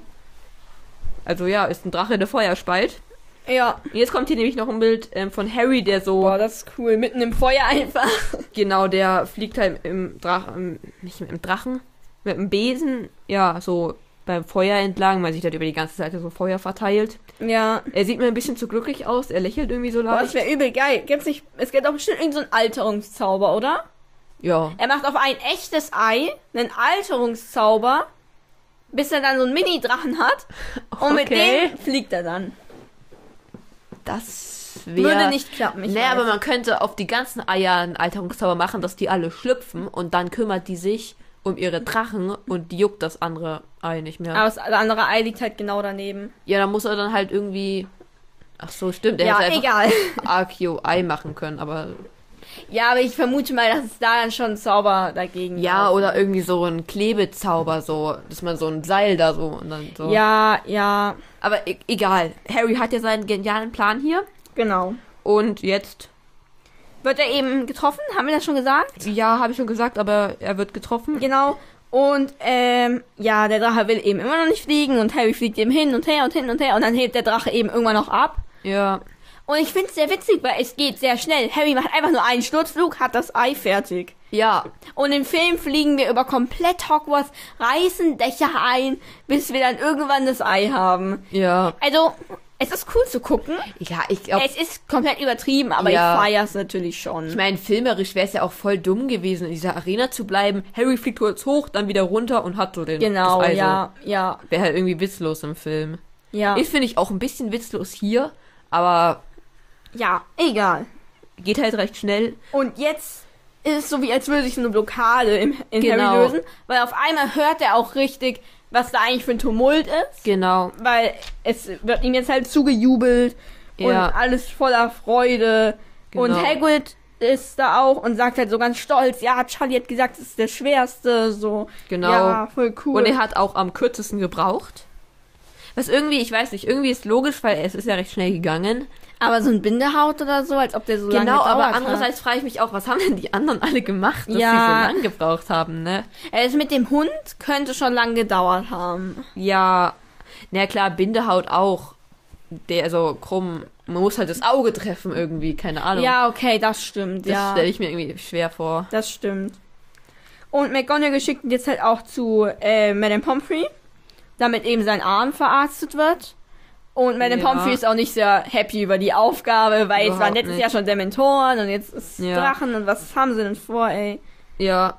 S2: Also ja, ist ein Drache, der Feuer speit.
S1: ja.
S2: Und jetzt kommt hier nämlich noch ein Bild ähm, von Harry, der so,
S1: Boah, das ist cool. Mitten im Feuer einfach.
S2: genau, der fliegt halt im Drachen, nicht im Drachen, mit dem Besen, ja, so beim Feuer entlang, weil sich das über die ganze Seite so Feuer verteilt.
S1: Ja.
S2: Er sieht mir ein bisschen zu glücklich aus, er lächelt irgendwie so
S1: Boah, das
S2: leicht.
S1: wäre übel geil. Gibt's nicht, es gibt doch bestimmt irgendeinen so einen Alterungszauber, oder?
S2: Ja,
S1: Er macht auf ein echtes Ei einen Alterungszauber, bis er dann so einen Mini-Drachen
S2: <laughs>
S1: hat. Und mit
S2: Okay.
S1: dem fliegt er dann.
S2: das
S1: Würde nicht klappen. Ich
S2: Nee, aber
S1: weiß.
S2: man könnte auf die ganzen Eier einen Alterungszauber machen, dass die alle schlüpfen und dann kümmert die sich um ihre Drachen und die juckt das andere Ei nicht mehr.
S1: aber das andere Ei liegt halt genau daneben.
S2: ja, da muss er dann halt irgendwie. Ach so, stimmt, er
S1: ja,
S2: hätte einfach
S1: egal. <laughs>
S2: AQI machen können, aber.
S1: Ja, aber ich vermute mal, dass es da dann schon einen Zauber dagegen
S2: Ja, oder irgendwie so ein Klebezauber, so, dass man so ein Seil da so und dann so.
S1: Ja, ja,
S2: Aber e egal. Harry hat ja seinen genialen Plan hier
S1: genau.
S2: und jetzt.
S1: Wird er eben getroffen? Haben wir das schon gesagt?
S2: Ja, habe ich schon gesagt, aber er wird getroffen.
S1: Genau. Und ähm, ja, der Drache will eben immer noch nicht fliegen und Harry fliegt eben hin und her und hin und her und dann hebt der Drache eben irgendwann noch ab.
S2: Ja.
S1: Und ich find's sehr witzig, weil es geht sehr schnell. Harry macht einfach nur einen Sturzflug, hat das Ei fertig.
S2: Ja,
S1: Und im Film fliegen wir über komplett Hogwarts, reißen Dächer ein, bis wir dann irgendwann das Ei haben.
S2: ja.
S1: Also, es ist cool zu gucken.
S2: Ja, ich glaube,
S1: Es ist komplett übertrieben, aber
S2: Ja.
S1: ich feier's natürlich
S2: Ich
S1: schon.
S2: meine, filmerisch wäre es ja auch voll dumm gewesen, in dieser Arena zu bleiben. Harry fliegt kurz hoch, dann wieder runter und hat so den.
S1: Genau,
S2: das Ei so.
S1: ja, ja,
S2: Wäre halt irgendwie witzlos im Film.
S1: ja.
S2: Ist, finde ich, auch ein bisschen witzlos hier, aber
S1: ja, egal.
S2: geht halt recht schnell.
S1: Und jetzt ist es so, wie als würde sich so eine Blockade im, in
S2: Genau.
S1: Harry lösen, weil auf einmal hört er auch richtig, was da eigentlich für ein Tumult ist.
S2: Genau.
S1: weil es wird ihm jetzt halt zugejubelt und
S2: Ja.
S1: alles voller Freude.
S2: Genau.
S1: Und Hagrid ist da auch und sagt halt so ganz stolz, ja, Charlie hat gesagt, es ist der schwerste, so.
S2: Genau.
S1: Ja, voll cool.
S2: Und er hat auch am kürzesten gebraucht. Was irgendwie, ich weiß nicht, irgendwie ist logisch, weil es ist ja recht schnell gegangen.
S1: aber so ein Bindehaut oder so, als ob der so lange
S2: genau,
S1: gedauert
S2: aber
S1: hat.
S2: andererseits frage ich mich auch, was haben denn die anderen alle gemacht, dass
S1: Ja.
S2: sie so lang gebraucht haben, ne?
S1: Er ist mit dem Hund, könnte schon lange gedauert haben.
S2: Ja, na klar, Bindehaut auch. Der, also krumm, man muss halt das Auge treffen irgendwie, keine Ahnung.
S1: Ja, okay, das stimmt,
S2: das
S1: ja.
S2: stelle ich mir irgendwie schwer vor.
S1: Das stimmt. Und McGonagall schickt ihn jetzt halt auch zu äh, Madame Pomfrey, damit eben sein Arm verarztet wird. Und Madame
S2: Ja.
S1: Pomfrey ist auch nicht sehr happy über die Aufgabe, weil es
S2: Überhaupt
S1: waren letztes
S2: nicht.
S1: Jahr schon Dementoren und jetzt ist
S2: Ja.
S1: Drachen und was haben sie denn vor, ey?
S2: Ja,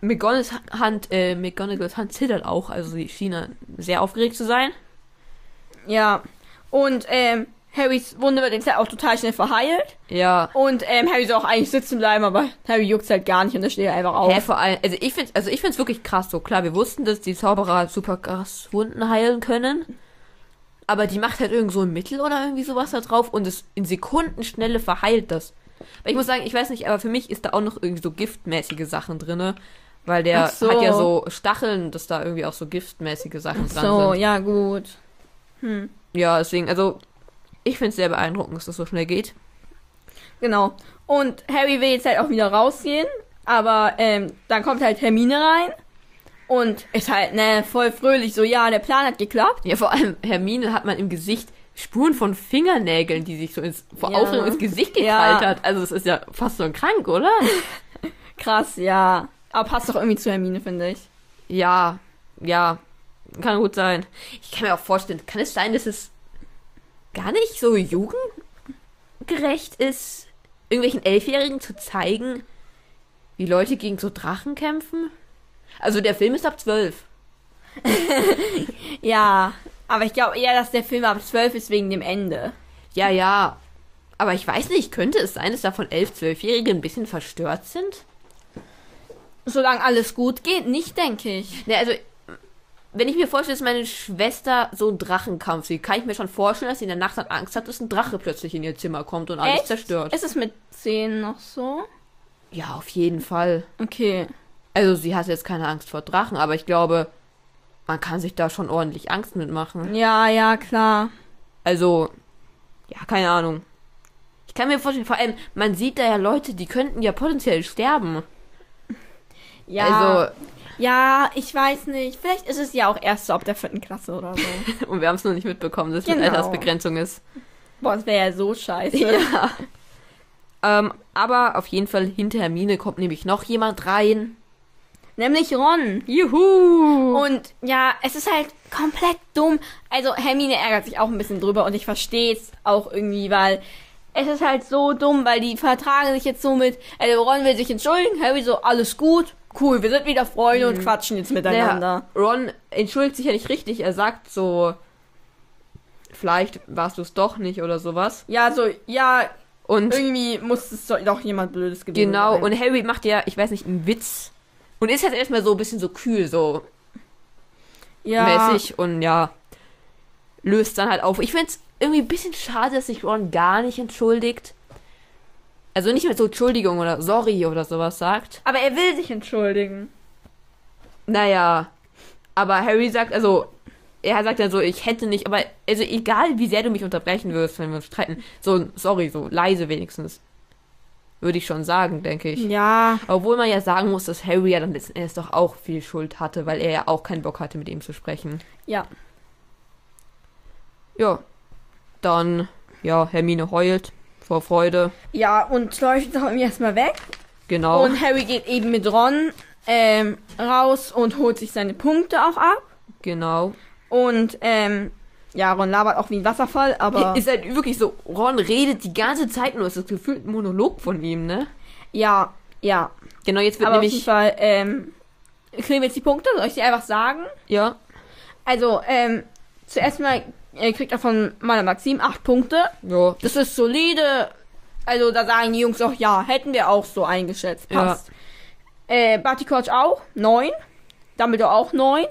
S2: McGonagalls Hand, äh, McGonagalls Hand zittert auch, also sie schien dann sehr aufgeregt zu sein.
S1: Ja. Und ähm, Harrys Wunde wird jetzt halt auch total schnell verheilt.
S2: Ja.
S1: Und ähm, Harry soll auch eigentlich sitzen bleiben, aber Harry juckt halt gar nicht und er steht einfach auf.
S2: Hä, vor allem, also ich finde also ich find's wirklich krass so. Klar, wir wussten, dass die Zauberer super krass Wunden heilen können. aber die macht halt irgend so ein Mittel oder irgendwie sowas da drauf und es in Sekundenschnelle verheilt das. Weil ich muss sagen, ich weiß nicht, aber für mich ist da auch noch irgendwie so giftmäßige Sachen drinne, weil der
S1: Ach so.
S2: hat ja so Stacheln, dass da irgendwie auch so giftmäßige Sachen dran
S1: So,
S2: sind.
S1: ja, gut. Hm.
S2: Ja, deswegen, also ich finde es sehr beeindruckend, dass das so schnell geht.
S1: Genau. Und Harry will jetzt halt auch wieder rausgehen, aber ähm, dann kommt halt Hermine rein und ist halt, ne, voll fröhlich, so, ja, der Plan hat geklappt.
S2: Ja, vor allem Hermine hat man im Gesicht Spuren von Fingernägeln, die sich so ins, vor
S1: Ja.
S2: Aufregung ins Gesicht gekrallt
S1: Ja.
S2: hat. Also es ist ja fast schon krank, oder?
S1: Krass, ja. Aber passt doch irgendwie zu Hermine, finde ich.
S2: Ja, ja, kann gut sein. Ich kann mir auch vorstellen, kann es sein, dass es gar nicht so jugendgerecht ist, irgendwelchen Elfjährigen zu zeigen, wie Leute gegen so Drachen kämpfen? Also der Film ist ab zwölf.
S1: Ja, aber ich glaube eher, dass der Film ab 12 ist wegen dem Ende.
S2: Ja, ja. Aber ich weiß nicht, könnte es sein, dass davon elf, zwölfjährige ein bisschen verstört sind?
S1: Solange alles gut geht, nicht, denke ich.
S2: Ne, also, wenn ich mir vorstelle, dass meine Schwester so einen Drachenkampf sieht, kann ich mir schon vorstellen, dass sie in der Nacht dann Angst hat, dass ein Drache plötzlich in ihr Zimmer kommt und alles
S1: Echt?
S2: zerstört.
S1: Ist es mit 10 noch so?
S2: Ja, auf jeden Fall.
S1: Okay.
S2: Also, sie hat jetzt keine Angst vor Drachen, aber ich glaube, man kann sich da schon ordentlich Angst mitmachen.
S1: Ja, ja, klar.
S2: Also, ja, keine Ahnung. Ich kann mir vorstellen, vor allem, man sieht da ja Leute, die könnten ja potenziell sterben.
S1: Ja.
S2: Also, <laughs>
S1: ja, ich weiß nicht. Vielleicht ist es ja auch erst so ab der vierten Klasse oder so.
S2: und wir haben es noch nicht mitbekommen, dass es mit
S1: Genau.
S2: Altersbegrenzung ist.
S1: Boah, das wäre ja so scheiße.
S2: <laughs> Ja. Ähm, aber auf jeden Fall hinter Hermine kommt nämlich noch jemand rein.
S1: Nämlich Ron.
S2: Juhu! Und
S1: Und ja, es ist halt komplett dumm. Also Hermine ärgert sich auch ein bisschen drüber und ich verstehe es auch irgendwie, weil es ist halt so dumm, weil die vertragen sich jetzt so mit, also Ron will sich entschuldigen, Harry so, alles gut, cool, wir sind wieder Freunde und quatschen jetzt miteinander.
S2: Ron entschuldigt sich ja nicht richtig. Er sagt so, vielleicht warst du es doch nicht oder sowas.
S1: Ja, so, ja,
S2: Und
S1: irgendwie muss es doch doch jemand Blödes gewesen
S2: genau,
S1: sein.
S2: und Harry macht ja, ich weiß nicht, einen Witz. Und ist jetzt erstmal so ein bisschen so kühl, so
S1: ja,
S2: mäßig. Und ja, löst dann halt auf. Ich find's irgendwie ein bisschen schade, dass sich Ron gar nicht entschuldigt. Also nicht mehr so Entschuldigung oder Sorry oder sowas sagt.
S1: Aber er will sich entschuldigen.
S2: Naja, aber Harry sagt, also, er sagt dann so, ich hätte nicht, aber, also, egal wie sehr du mich unterbrechen würdest, wenn wir uns streiten, so, ein sorry, so leise wenigstens. Würde ich schon sagen, denke ich.
S1: Ja,
S2: Obwohl man ja sagen muss, dass Harry ja dann letzten Endes doch auch viel Schuld hatte, weil er ja auch keinen Bock hatte, mit ihm zu sprechen.
S1: ja.
S2: Ja. Dann, ja, Hermine heult vor Freude.
S1: Ja, und läuft doch irgendwie erstmal weg.
S2: Genau.
S1: Und Harry geht eben mit Ron ähm, raus und holt sich seine Punkte auch ab.
S2: genau.
S1: Und ähm, ja, Ron labert auch wie ein Wasserfall, aber
S2: Ist halt wirklich so, Ron redet die ganze Zeit nur, es ist gefühlt ein Monolog von ihm, ne?
S1: ja, ja.
S2: Genau, jetzt wird
S1: Aber auf jeden
S2: nämlich,
S1: Fall ähm, kriegen wir jetzt die Punkte, soll ich sie einfach sagen?
S2: ja,
S1: Also, ähm, zuerst mal äh, kriegt er von meiner Maxim acht Punkte.
S2: ja,
S1: Das ist solide. Also da sagen die Jungs auch, ja, hätten wir auch so eingeschätzt.
S2: Ja.
S1: Passt. Äh, Barty Crouch auch, 9. Dumbledore auch 9.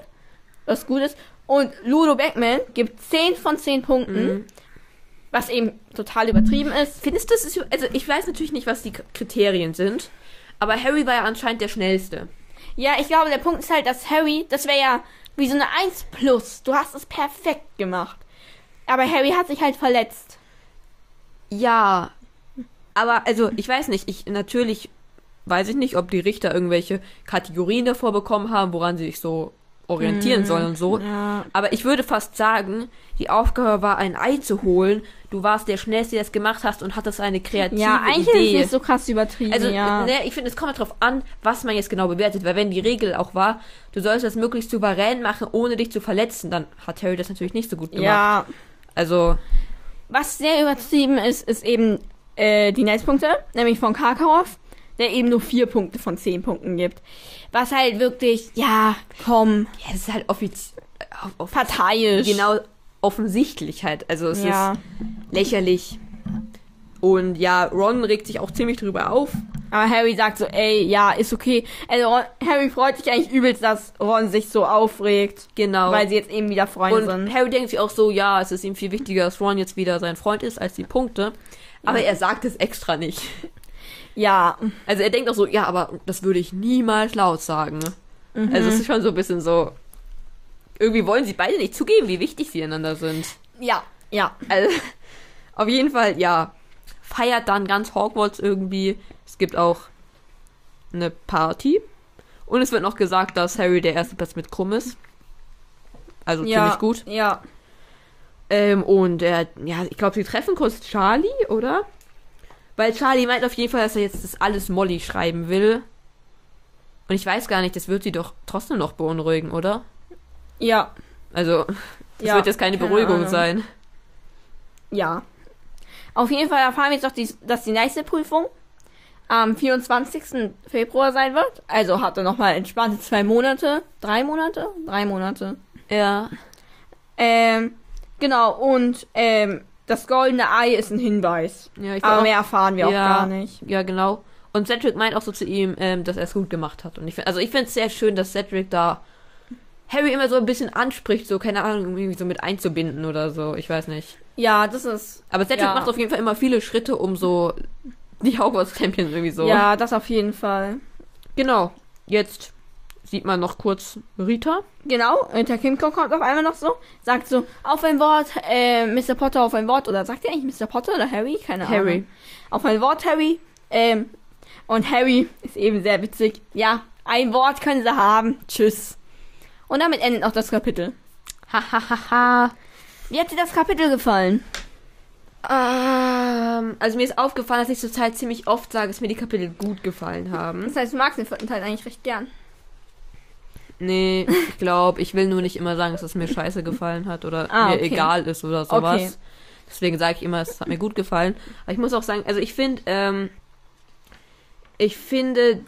S1: Was gut ist. Und Ludo Beckman gibt 10 von 10 Punkten,
S2: Mhm.
S1: was eben total übertrieben ist.
S2: Findest du es? ist- Also, ich weiß natürlich nicht, was die K- Kriterien sind, aber Harry war ja anscheinend der Schnellste.
S1: Ja, ich glaube, der Punkt ist halt, dass Harry, das wäre ja wie so eine 1 plus. Du hast es perfekt gemacht. Aber Harry hat sich halt verletzt.
S2: Ja. Aber, also, ich weiß nicht, ich natürlich weiß ich nicht, ob die Richter irgendwelche Kategorien davor bekommen haben, woran sie sich so orientieren sollen und so.
S1: Ja.
S2: Aber ich würde fast sagen, die Aufgabe war, ein Ei zu holen. Du warst der Schnellste, der es gemacht hast und hattest eine kreative
S1: Ja, eigentlich ist es
S2: Idee.
S1: nicht so krass übertrieben.
S2: Also,
S1: ja.
S2: ne, ich finde, es kommt darauf an, was man jetzt genau bewertet, weil wenn die Regel auch war, du sollst das möglichst souverän machen, ohne dich zu verletzen, dann hat Harry das natürlich nicht so gut gemacht.
S1: ja,
S2: Also,
S1: Was sehr übertrieben ist, ist eben äh, die Netzpunkte, nämlich von Karkaroff, der eben nur vier Punkte von zehn Punkten gibt. Was halt wirklich, ja, komm,
S2: ja, das ist halt offiziell.
S1: parteiisch.
S2: Genau, offensichtlich halt. Also, es
S1: ja.
S2: ist lächerlich. Und ja, Ron regt sich auch ziemlich drüber auf.
S1: Aber Harry sagt so, ey, ja, ist okay. Also Ron, Harry freut sich eigentlich übelst, dass Ron sich so aufregt,
S2: Genau.
S1: weil sie jetzt eben wieder Freunde
S2: und
S1: sind.
S2: Harry denkt sich auch so, ja, es ist ihm viel wichtiger, dass Ron jetzt wieder sein Freund ist, als die Punkte. Aber er sagt es extra nicht.
S1: Ja,
S2: Also er denkt auch so, ja, aber das würde ich niemals laut sagen. Also es ist schon so ein bisschen so. Irgendwie wollen sie beide nicht zugeben, wie wichtig sie einander sind.
S1: ja, ja.
S2: Also, auf jeden Fall, ja. Feiert dann ganz Hogwarts irgendwie. Es gibt auch eine Party. Und es wird noch gesagt, dass Harry der erste Platz mit Krumm ist. Also
S1: ja,
S2: ziemlich gut.
S1: Ja,
S2: Ähm, und er, ja, ich glaube, sie treffen kurz Charlie, oder? Weil Charlie meint auf jeden Fall, dass er jetzt das alles Molly schreiben will. Und ich weiß gar nicht, das wird sie doch trotzdem noch beunruhigen, oder?
S1: ja,
S2: Also, das
S1: Ja,
S2: wird jetzt keine,
S1: keine
S2: Beruhigung
S1: Ahnung.
S2: sein.
S1: ja. Auf jeden Fall erfahren wir jetzt noch, dies- dass die nächste Prüfung am 24. Februar sein wird. Also hat er nochmal entspannte zwei Monate. Drei Monate? Drei Monate.
S2: Ja.
S1: Ähm, genau, und ähm, das goldene Ei ist ein Hinweis.
S2: Ja, ich
S1: Aber
S2: glaub auch-
S1: mehr erfahren wir
S2: Ja.
S1: auch gar nicht.
S2: Ja, genau. Und Cedric meint auch so zu ihm, ähm, dass er es gut gemacht hat. Und ich find, also ich finde es sehr schön, dass Cedric da Harry immer so ein bisschen anspricht, so, keine Ahnung, irgendwie so mit einzubinden oder so. Ich weiß nicht.
S1: Ja, das ist.
S2: Aber Cedric
S1: Ja.
S2: macht auf jeden Fall immer viele Schritte, um so die Hogwarts Champions irgendwie so.
S1: Ja, das auf jeden Fall.
S2: Genau. Jetzt sieht man noch kurz Rita.
S1: Genau, und der Kimco kommt auf einmal noch so, sagt so, auf ein Wort, äh, Mr. Potter, auf ein Wort. Oder sagt er eigentlich Mr. Potter oder Harry? Keine Ahnung.
S2: Harry.
S1: Auf ein Wort, Harry. Ähm, und Harry ist eben sehr witzig. Ja, ein Wort können sie haben. Tschüss. Und damit endet auch das Kapitel.
S2: Hahaha.
S1: Wie hat dir das Kapitel gefallen?
S2: ähm, also mir ist aufgefallen, dass ich zurzeit ziemlich oft sage, dass mir die Kapitel gut gefallen haben.
S1: Das heißt, du magst den vierten Teil eigentlich recht gern.
S2: Nee, ich glaube, ich will nur nicht immer sagen, dass es mir scheiße gefallen hat oder
S1: Ah,
S2: mir
S1: okay.
S2: egal ist oder sowas.
S1: Okay.
S2: Deswegen sage ich immer, es hat mir gut gefallen. Aber ich muss auch sagen, also ich finde, ähm, ich finde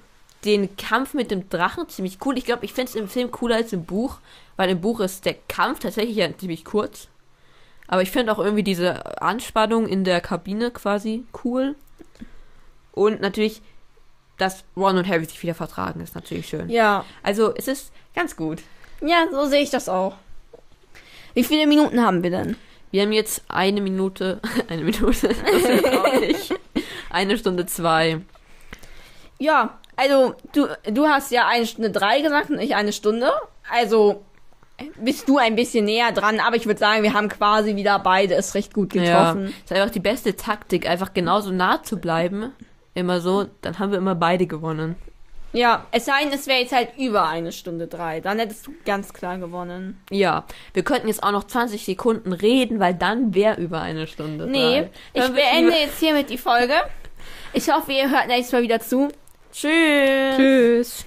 S2: den Kampf mit dem Drachen ziemlich cool. Ich glaube, ich finde es im Film cooler als im Buch, weil im Buch ist der Kampf tatsächlich ja ziemlich kurz. Aber ich finde auch irgendwie diese Anspannung in der Kabine quasi cool. Und natürlich, dass Ron und Harry sich wieder vertragen, ist natürlich schön.
S1: Ja.
S2: Also es ist ganz gut.
S1: Ja, so sehe ich das auch. Wie viele Minuten haben wir denn?
S2: Wir haben jetzt eine Minute, <laughs> eine Minute, das ist auch nicht. eine Stunde zwei.
S1: Ja, also du, du hast ja eine Stunde drei gesagt und ich eine Stunde. Also bist du ein bisschen näher dran, aber ich würde sagen, wir haben quasi wieder beide es recht gut
S2: Ja.
S1: getroffen.
S2: Ist einfach die beste Taktik, einfach genauso nah zu bleiben. Immer so, dann haben wir immer beide gewonnen.
S1: Ja, es sei denn, es wäre jetzt halt über eine Stunde drei. Dann hättest du ganz klar gewonnen.
S2: Ja, wir könnten jetzt auch noch 20 Sekunden reden, weil dann wäre über eine Stunde.
S1: Nee,
S2: dran.
S1: ich
S2: Dann wird
S1: beende
S2: über-
S1: jetzt hiermit die Folge. Ich hoffe, ihr hört nächstes Mal wieder zu. Tschüss.
S2: Tschüss.